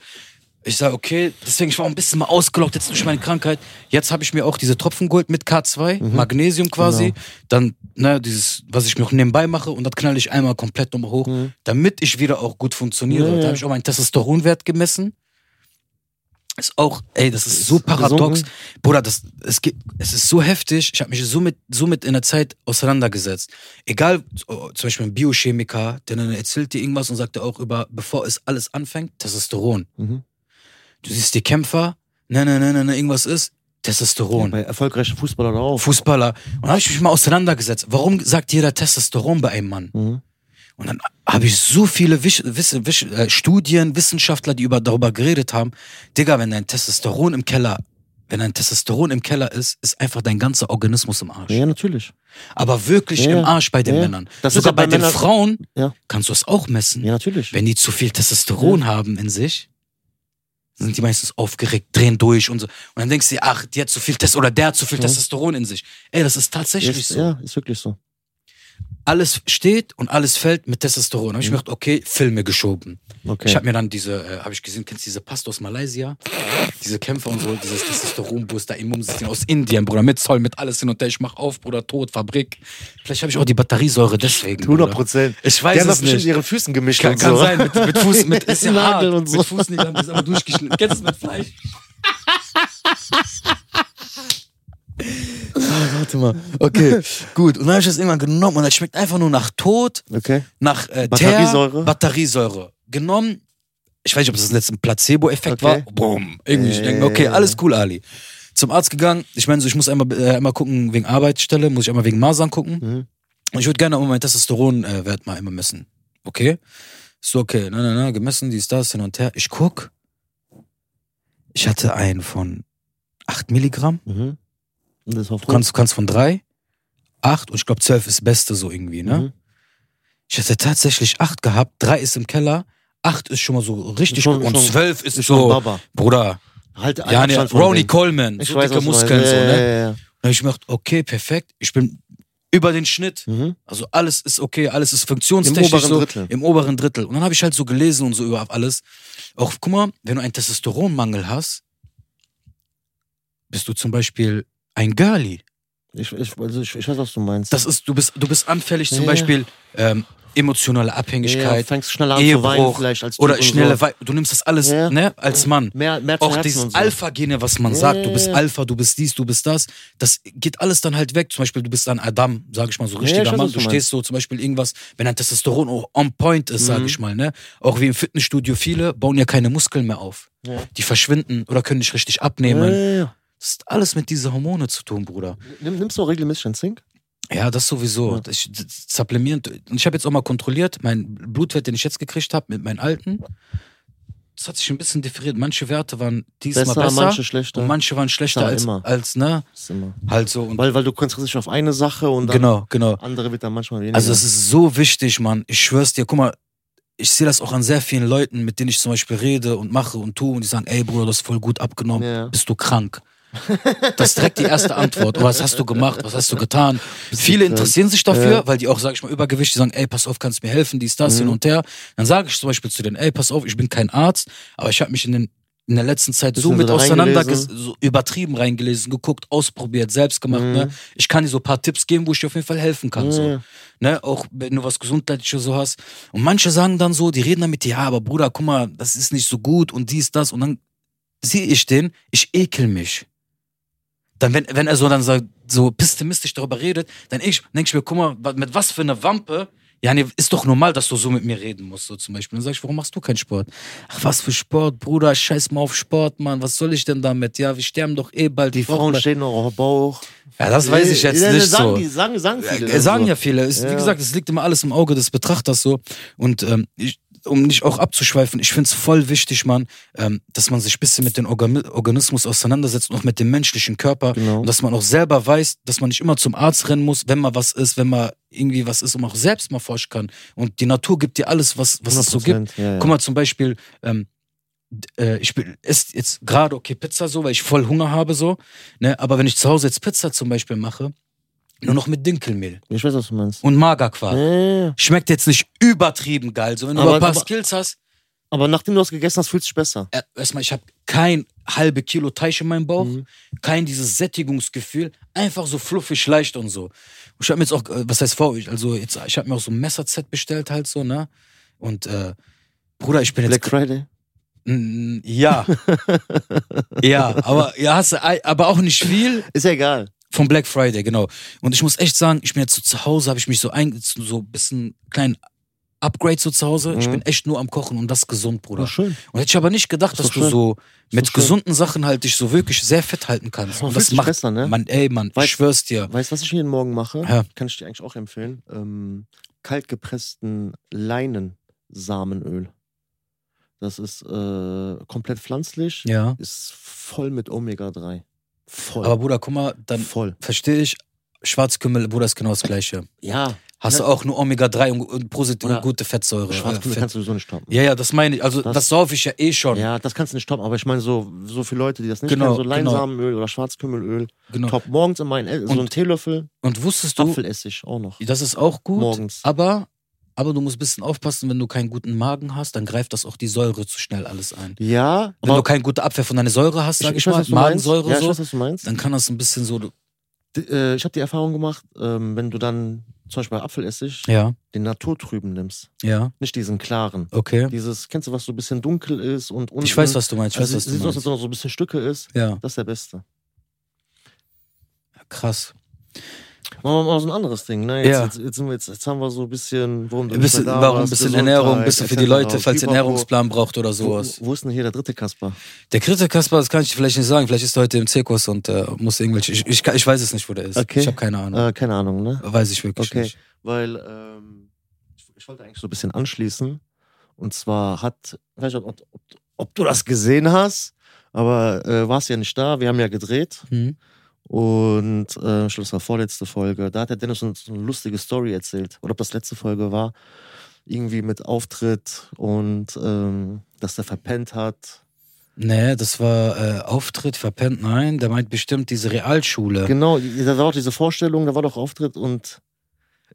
Speaker 1: Ich sage, okay, deswegen ich war auch ein bisschen mal ausgelockt jetzt durch meine Krankheit. Jetzt habe ich mir auch diese Tropfen geholt mit K2, Magnesium quasi.
Speaker 2: Mhm. Genau.
Speaker 1: Dann, ne, dieses, was ich mir auch nebenbei mache und das knall ich einmal komplett nochmal hoch, damit ich wieder auch gut funktioniere.
Speaker 2: Ja, ja.
Speaker 1: Da habe ich auch meinen Testosteronwert gemessen. Ist auch, ey, das ist so
Speaker 2: Ist
Speaker 1: paradox.
Speaker 2: gesunken.
Speaker 1: Bruder, das, es, gibt, es ist so heftig. Ich habe mich so mit, so mit in der Zeit auseinandergesetzt. Egal, oh, zum Beispiel ein Biochemiker, der dann erzählt dir irgendwas und sagt dir auch über, bevor es alles anfängt, Testosteron.
Speaker 2: Mhm.
Speaker 1: Du siehst die Kämpfer, ne, ne, ne, ne, ne, irgendwas ist, Testosteron.
Speaker 2: bei erfolgreichen Fußballern auch.
Speaker 1: Fußballer. Und da habe ich mich mal auseinandergesetzt. Warum sagt jeder Testosteron bei einem Mann?
Speaker 2: Mhm.
Speaker 1: Und dann habe ich so viele Wisch, Wiss, Wisch, äh, Studien, Wissenschaftler, die über, darüber geredet haben. Digga, wenn dein Testosteron im Keller, wenn dein Testosteron im Keller ist, ist einfach dein ganzer Organismus im Arsch.
Speaker 2: Ja, natürlich.
Speaker 1: Aber wirklich
Speaker 2: Ja,
Speaker 1: im Arsch bei den
Speaker 2: ja.
Speaker 1: Männern.
Speaker 2: Das ist
Speaker 1: Sogar
Speaker 2: ja
Speaker 1: bei,
Speaker 2: bei
Speaker 1: den
Speaker 2: Männern-
Speaker 1: Frauen
Speaker 2: Ja.
Speaker 1: kannst du es auch messen.
Speaker 2: Ja, natürlich.
Speaker 1: Wenn die zu viel Testosteron haben in sich, sind die meistens aufgeregt, drehen durch und so. Und dann denkst du, dir, ach, die hat zu viel Test oder der hat zu viel
Speaker 2: Ja.
Speaker 1: Testosteron in sich. Ey, das ist tatsächlich
Speaker 2: ist,
Speaker 1: so
Speaker 2: Ja, ist wirklich so.
Speaker 1: alles steht und alles fällt mit Testosteron. Habe ich mir gedacht, okay, Filme geschoben.
Speaker 2: Okay.
Speaker 1: Ich habe mir dann diese, äh, habe ich gesehen, kennst du diese Paste aus Malaysia? Diese Kämpfer und so, dieses Testosteron-Booster im Immunsystem aus Indien, Bruder, mit Zoll, mit alles hin und her. Ich mach auf, Bruder, Tod, Fabrik. Vielleicht habe ich auch die Batteriesäure deswegen. Bruder.
Speaker 2: Prozent.
Speaker 1: Ich weiß
Speaker 2: die haben
Speaker 1: es
Speaker 2: das bestimmt
Speaker 1: nicht.
Speaker 2: ihren Füßen gemischt.
Speaker 1: Kann,
Speaker 2: und
Speaker 1: kann
Speaker 2: so.
Speaker 1: sein, mit, mit Fuß, mit, ist ja hart,
Speaker 2: Nadel und so.
Speaker 1: mit Fußnägeln ist aber durchgeschnitten. Kennst du es mit Fleisch?
Speaker 2: Warte mal.
Speaker 1: Ah, Okay, gut. Und dann habe ich das irgendwann genommen und das schmeckt einfach nur nach Tod.
Speaker 2: Okay.
Speaker 1: nach äh,
Speaker 2: Batteriesäure?
Speaker 1: Teer, Batteriesäure genommen, ich weiß nicht, ob das jetzt ein Placebo-Effekt
Speaker 2: Okay.
Speaker 1: war. Boom. Irgendwie, ich
Speaker 2: Äh.
Speaker 1: denke, okay, alles cool, Ali. Zum Arzt gegangen. Ich meine, so, ich muss einmal, äh, einmal gucken wegen Arbeitsstelle, muss ich einmal wegen Masern gucken.
Speaker 2: Mhm.
Speaker 1: Und ich würde gerne um auch mal meinen Testosteronwert äh, mal immer messen. Okay? Ist so, okay, na, na, na, gemessen, dies, das, hin und her. Ich guck. Ich hatte einen von 8 Milligramm.
Speaker 2: Mhm. Und das war
Speaker 1: Du kannst, du kannst von 3, 8 und ich glaube 12 ist das Beste so irgendwie, ne?
Speaker 2: Mhm.
Speaker 1: Ich hatte tatsächlich 8 gehabt, 3 ist im Keller, 8 ist schon mal so richtig
Speaker 2: Schon-
Speaker 1: gut und
Speaker 2: schon-
Speaker 1: 12 ist,
Speaker 2: Ist schon
Speaker 1: so,
Speaker 2: Baba.
Speaker 1: Bruder,
Speaker 2: Halt
Speaker 1: ja, ne,
Speaker 2: Abstand von
Speaker 1: Ronnie
Speaker 2: dem.
Speaker 1: Coleman,
Speaker 2: Ich
Speaker 1: so
Speaker 2: weiß,
Speaker 1: dicke
Speaker 2: was du meinst. Äh,
Speaker 1: Muskeln, so,
Speaker 2: Ja,
Speaker 1: ne?
Speaker 2: ja, ja.
Speaker 1: Dann hab ich mir gedacht, okay, perfekt, ich bin über den Schnitt.
Speaker 2: Mhm.
Speaker 1: Also alles ist okay, alles ist
Speaker 2: Im
Speaker 1: funktionstechnisch
Speaker 2: oberen
Speaker 1: so
Speaker 2: Drittel.
Speaker 1: im oberen Drittel. Und dann habe ich halt so gelesen und so über alles. Auch guck mal, wenn du einen Testosteronmangel hast, bist du zum Beispiel ein Girlie.
Speaker 2: Ich, ich, also ich, ich weiß, was du meinst.
Speaker 1: Das ist, du bist, du bist anfällig zum
Speaker 2: Ja.
Speaker 1: Beispiel ähm, emotionale
Speaker 2: ja,
Speaker 1: Abhängigkeit
Speaker 2: fängst schneller an zu
Speaker 1: Ehebruch
Speaker 2: weinen vielleicht als Typ
Speaker 1: oder
Speaker 2: und
Speaker 1: schnelle
Speaker 2: so.
Speaker 1: Wei Du nimmst das alles
Speaker 2: Ja.
Speaker 1: ne, als Mann.
Speaker 2: mehr, mehr zu
Speaker 1: Auch
Speaker 2: Herzen
Speaker 1: dieses
Speaker 2: und so.
Speaker 1: Alpha-Gene, was man
Speaker 2: Ja,
Speaker 1: sagt, du
Speaker 2: ja,
Speaker 1: bist
Speaker 2: ja.
Speaker 1: Alpha, du bist dies, du bist das, das geht alles dann halt weg. Zum Beispiel, du bist dann Adam, sag ich mal, so
Speaker 2: ja, ich
Speaker 1: richtiger
Speaker 2: weiß,
Speaker 1: Mann.
Speaker 2: was
Speaker 1: Du
Speaker 2: du
Speaker 1: stehst so zum Beispiel irgendwas, wenn dein Testosteron auch on point ist, sag
Speaker 2: Mhm.
Speaker 1: ich mal, ne? Auch wie im Fitnessstudio, viele bauen ja keine Muskeln mehr auf.
Speaker 2: Ja.
Speaker 1: Die verschwinden oder können nicht richtig
Speaker 2: Ja,
Speaker 1: abnehmen.
Speaker 2: ja, ja.
Speaker 1: Das hat alles mit diesen Hormone zu tun, Bruder.
Speaker 2: Nimm, nimmst du auch regelmäßig ein Zink?
Speaker 1: Ja, das sowieso.
Speaker 2: Ja.
Speaker 1: Ich, supplemierend. Und ich habe jetzt auch mal kontrolliert, mein Blutwert, den ich jetzt gekriegt habe, mit meinen alten, das hat sich ein bisschen differiert. Manche Werte waren diesmal
Speaker 2: Besser,
Speaker 1: besser,
Speaker 2: manche schlechter.
Speaker 1: und manche waren schlechter
Speaker 2: Ja,
Speaker 1: als,
Speaker 2: immer.
Speaker 1: als, ne?
Speaker 2: Ist immer.
Speaker 1: Halt so. Und
Speaker 2: Weil, weil du konzentrierst dich auf eine Sache und dann
Speaker 1: genau, genau.
Speaker 2: andere wird dann manchmal weniger.
Speaker 1: Also es ist so wichtig, Mann. Ich schwör's dir, guck mal, ich sehe das auch an sehr vielen Leuten, mit denen ich zum Beispiel rede und mache und tue und die sagen, ey Bruder, du hast voll gut abgenommen,
Speaker 2: Ja.
Speaker 1: bist du krank? Das ist direkt die erste Antwort. Oh, Was hast du gemacht? Was hast du getan? Viele
Speaker 2: krank?
Speaker 1: interessieren sich dafür,
Speaker 2: Ja. Mhm.
Speaker 1: weil die auch, sag ich mal, Übergewicht, die sagen, ey, pass auf, kannst mir helfen, dies, das, hin und her. Dann sage ich zum Beispiel zu denen, ey, pass auf, ich bin kein Arzt, aber ich habe mich in den in der letzten Zeit so
Speaker 2: Bisschen
Speaker 1: mit
Speaker 2: so
Speaker 1: auseinander,
Speaker 2: reingelesen.
Speaker 1: so übertrieben reingelesen, geguckt, ausprobiert, selbst gemacht.
Speaker 2: Mhm.
Speaker 1: Ne? Ich kann dir so ein paar Tipps geben, wo ich dir auf jeden Fall helfen kann.
Speaker 2: Ja,
Speaker 1: So
Speaker 2: ja.
Speaker 1: ne, auch wenn du was Gesundheitliches so hast. Und manche sagen dann so, die reden damit, ja, aber Bruder, guck mal, das ist nicht so gut und dies, das. Und dann sehe ich den, ich ekel mich. Dann, wenn, wenn er so dann sagt, so pessimistisch darüber redet, dann ich, denke ich mir, guck mal, wa- mit was für einer Wampe, ja, nee, ist doch normal, dass du so mit mir reden musst, so zum Beispiel. Dann sag ich, warum machst du keinen Sport? Ach, was für Sport, Bruder, scheiß mal auf Sport, Mann, was soll ich denn damit? Ja, wir sterben doch eh bald.
Speaker 2: die
Speaker 1: brauchen
Speaker 2: Frauen
Speaker 1: bald-
Speaker 2: stehen noch auf Bauch.
Speaker 1: Ja, das weiß ich jetzt
Speaker 2: Ja,
Speaker 1: nicht
Speaker 2: sagen
Speaker 1: so.
Speaker 2: Die, sagen, sagen viele.
Speaker 1: Äh,
Speaker 2: das
Speaker 1: sagen
Speaker 2: so.
Speaker 1: ja viele. Es, Wie
Speaker 2: Ja.
Speaker 1: gesagt, es liegt immer alles im Auge des Betrachters so. Und ähm, ich, um nicht auch abzuschweifen, ich finde es voll wichtig, Mann, ähm, dass man sich ein bisschen mit dem Organ Organismus auseinandersetzt und auch mit dem menschlichen Körper.
Speaker 2: Genau.
Speaker 1: Und dass man auch selber weiß, dass man nicht immer zum Arzt rennen muss, wenn mal was ist, wenn mal irgendwie was ist und man auch selbst mal forschen kann. Und die Natur gibt dir alles, was, was es so gibt.
Speaker 2: 100%, Ja, ja.
Speaker 1: Guck mal, zum Beispiel, ähm, d- äh, ich bin- esse jetzt gerade okay Pizza so, weil ich voll Hunger habe so. Ne? Aber wenn ich zu Hause jetzt Pizza zum Beispiel mache, nur noch mit Dinkelmehl
Speaker 2: Ich weiß, was du meinst.
Speaker 1: und Magerquark.
Speaker 2: Ja, ja, ja.
Speaker 1: Schmeckt jetzt nicht übertrieben geil. So, wenn du
Speaker 2: Aber-
Speaker 1: aber, ein paar
Speaker 2: aber-
Speaker 1: Skills hast,
Speaker 2: Aber nachdem du was gegessen hast, fühlst du dich besser.
Speaker 1: äh, erstmal, ich habe kein halbe Kilo Teig in meinem Bauch,
Speaker 2: Mhm.
Speaker 1: kein dieses Sättigungsgefühl, einfach so fluffig, leicht und so. Und ich habe mir jetzt auch, äh, was heißt vor, ich, also jetzt, ich habe mir auch so ein Messerset bestellt halt so, ne? Und äh, Bruder, ich bin jetzt
Speaker 2: Black Friday.
Speaker 1: Mm, Ja. ja, aber, ja, hast, du ei- aber auch nicht viel
Speaker 2: Ist ja egal.
Speaker 1: vom Black Friday, genau. Und ich muss echt sagen, ich bin jetzt so zu Hause, habe ich mich so ein, so ein bisschen kleinen Upgrade so zu Hause. Ich
Speaker 2: Mhm.
Speaker 1: bin echt nur am Kochen und das gesund, Bruder.
Speaker 2: Oh, schön.
Speaker 1: Und hätte ich aber nicht gedacht,
Speaker 2: Ist
Speaker 1: dass
Speaker 2: doch
Speaker 1: du
Speaker 2: schön.
Speaker 1: so mit
Speaker 2: doch schön.
Speaker 1: gesunden Sachen halt dich so wirklich sehr fit halten kannst.
Speaker 2: Man
Speaker 1: Und
Speaker 2: fühlt
Speaker 1: das
Speaker 2: sich
Speaker 1: macht,
Speaker 2: besser, ne?
Speaker 1: Mann, ey, Mann,
Speaker 2: Weißt-
Speaker 1: ich schwör's dir.
Speaker 2: Weißt du, was ich jeden Morgen mache?
Speaker 1: Ja.
Speaker 2: Kann ich dir eigentlich auch empfehlen. Ähm, kaltgepressten Leinensamenöl. Das ist äh, komplett pflanzlich.
Speaker 1: Ja.
Speaker 2: Ist voll mit Omega-3. Voll.
Speaker 1: Aber Bruder, guck mal, dann
Speaker 2: voll.
Speaker 1: verstehe ich, Schwarzkümmel, Bruder, ist genau das Gleiche.
Speaker 2: Ja.
Speaker 1: Hast
Speaker 2: Ja.
Speaker 1: du auch nur Omega-3 und, und, posit-
Speaker 2: Oder
Speaker 1: und gute Fettsäure. äh,
Speaker 2: Schwarzkümmel
Speaker 1: Fett.
Speaker 2: kannst du sowieso nicht stoppen.
Speaker 1: Ja, ja, das meine ich. Also das,
Speaker 2: Das-
Speaker 1: sauf ich ja eh schon.
Speaker 2: Ja, das kannst du nicht stoppen. Aber ich meine, so, so viele Leute, die das nicht
Speaker 1: Genau,
Speaker 2: kennen, so
Speaker 1: genau.
Speaker 2: Leinsamenöl oder Schwarzkümmelöl.
Speaker 1: genau.
Speaker 2: Top. Morgens immer ein, El- so
Speaker 1: Und-
Speaker 2: einen Teelöffel
Speaker 1: Und wusstest du,
Speaker 2: Apfelessig auch noch.
Speaker 1: das ist auch gut,
Speaker 2: Morgens.
Speaker 1: aber aber du musst ein bisschen aufpassen, wenn du keinen guten Magen hast, dann greift das auch die Säure zu schnell alles ein.
Speaker 2: Ja,
Speaker 1: Wenn du keine gute Abwehr von deiner Säure hast, sag ich, mal,
Speaker 2: du meinst.
Speaker 1: Magensäure
Speaker 2: ja, ich
Speaker 1: so,
Speaker 2: weiß, was du meinst.
Speaker 1: dann kann das ein bisschen so
Speaker 2: D- äh, ich habe die Erfahrung gemacht, ähm, wenn du dann zum Beispiel bei Apfelessig
Speaker 1: ja,
Speaker 2: den naturtrüben nimmst,
Speaker 1: ja,
Speaker 2: nicht diesen klaren.
Speaker 1: okay.
Speaker 2: Dieses, kennst du, was so ein bisschen dunkel ist und unten.
Speaker 1: Ich weiß, was du meinst. Ich weiß,
Speaker 2: also,
Speaker 1: was du
Speaker 2: siehst du,
Speaker 1: meinst.
Speaker 2: dass noch so ein bisschen Stücke ist.
Speaker 1: Ja,
Speaker 2: Das ist der Beste.
Speaker 1: krass.
Speaker 2: Machen wir mal so ein anderes Ding. Ne? Jetzt,
Speaker 1: Ja.
Speaker 2: jetzt, jetzt, sind wir, jetzt, jetzt haben wir so ein bisschen, worum du
Speaker 1: Ein bisschen,
Speaker 2: nicht mehr da
Speaker 1: warum ein
Speaker 2: warst,
Speaker 1: bisschen
Speaker 2: Gesundheit,
Speaker 1: Ernährung, ein bisschen für die
Speaker 2: etc. Genau.
Speaker 1: Leute, falls ihr
Speaker 2: Pipapo.
Speaker 1: Ernährungsplan braucht oder
Speaker 2: Wo,
Speaker 1: sowas.
Speaker 2: wo ist denn hier der dritte Kasper?
Speaker 1: Der Kritiker Kasper, das kann ich vielleicht nicht sagen. Vielleicht ist er heute im Zirkus und äh, muss irgendwelche. Ich, ich, kann- ich weiß es nicht, wo der ist.
Speaker 2: Okay.
Speaker 1: Ich habe keine Ahnung.
Speaker 2: Äh, keine Ahnung, ne?
Speaker 1: Weiß ich wirklich
Speaker 2: Okay,
Speaker 1: nicht.
Speaker 2: weil ähm, ich, ich wollte eigentlich so ein bisschen anschließen. Und zwar hat, ich weiß nicht, ob, ob, ob du das gesehen hast, aber äh, warst ja nicht da. Wir haben ja gedreht
Speaker 1: Hm?
Speaker 2: und äh, ich glaub, das war vorletzte Folge. Da hat der Dennis uns eine lustige Story erzählt. Oder ob das letzte Folge war. Irgendwie mit Auftritt und ähm, dass der verpennt hat.
Speaker 1: Nee, das war äh, Auftritt, verpennt, nein. Der meint bestimmt diese Realschule.
Speaker 2: Genau, da war doch diese Vorstellung, da war doch Auftritt und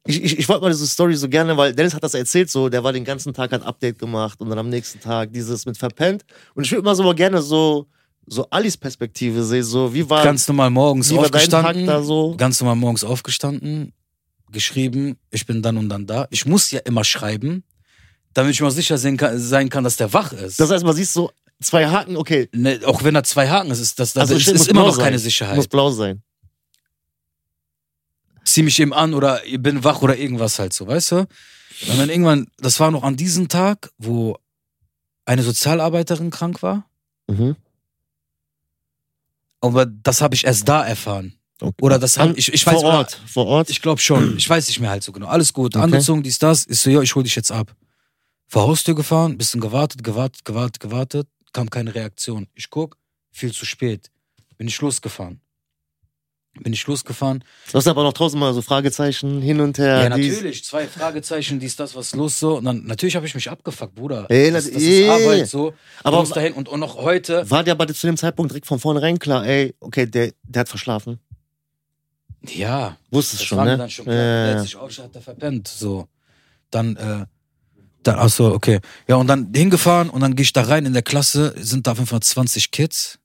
Speaker 2: ich, ich, ich wollte mal diese Story so gerne, weil Dennis hat das erzählt so, der war den ganzen Tag, hat Update gemacht und dann am nächsten Tag dieses mit verpennt und ich würde immer so mal gerne so, so Alis Perspektive sehen, so wie war,
Speaker 1: Ganz normal morgens
Speaker 2: wie war dein Tag
Speaker 1: aufgestanden.
Speaker 2: da so?
Speaker 1: Ganz normal morgens aufgestanden, geschrieben, ich bin dann und dann da. Ich muss ja immer schreiben, damit ich mal sicher sehen kann, sein kann, dass der wach ist.
Speaker 2: Das heißt, man sieht so zwei Haken, okay,
Speaker 1: ne, auch wenn da zwei Haken ist, ist das, das
Speaker 2: Also
Speaker 1: ist,
Speaker 2: shit,
Speaker 1: ist
Speaker 2: muss
Speaker 1: immer
Speaker 2: blau
Speaker 1: noch keine
Speaker 2: sein. muss
Speaker 1: Sicherheit.
Speaker 2: blau sein.
Speaker 1: Zieh mich eben an oder ich bin wach oder irgendwas halt so, weißt du? Und dann irgendwann, das war noch an diesem Tag, wo eine Sozialarbeiterin krank war,
Speaker 2: Mhm.
Speaker 1: aber das habe ich erst da erfahren.
Speaker 2: Okay.
Speaker 1: Oder das
Speaker 2: An-
Speaker 1: habe ich, ich weiß
Speaker 2: vor Ort, vor Ort.
Speaker 1: Ich glaube schon. Ich weiß nicht mehr halt so genau. Alles gut.
Speaker 2: Okay.
Speaker 1: Angezogen, dies, das. Ich so, ja, ich hol dich jetzt ab. Vor Haustür gefahren, bisschen gewartet, gewartet, gewartet, gewartet. Kam keine Reaktion. Ich guck, viel zu spät. Bin ich losgefahren. Bin ich losgefahren.
Speaker 2: Du hast aber noch draußen mal so Fragezeichen hin und her.
Speaker 1: Ja,
Speaker 2: dies-
Speaker 1: natürlich. Zwei Fragezeichen, dies, das, was ist los so. Und dann, natürlich habe ich mich abgefuckt, Bruder.
Speaker 2: Ey,
Speaker 1: das,
Speaker 2: na-
Speaker 1: das
Speaker 2: ey.
Speaker 1: ist Arbeit so. Aber
Speaker 2: Aber-
Speaker 1: muss dahin. Und, und noch heute.
Speaker 2: War dir aber zu dem Zeitpunkt direkt von vornherein klar, ey, okay, der, der hat verschlafen.
Speaker 1: Ja.
Speaker 2: Wusstest
Speaker 1: Das
Speaker 2: schon,
Speaker 1: war
Speaker 2: ne?
Speaker 1: mir dann schon klar. Der hat sich aufgestellt, hat er verpennt. So. Dann, äh, dann, ach so, okay. Ja, und dann hingefahren und dann gehe ich da rein in der Klasse, sind da auf jeden Fall 20 Kids,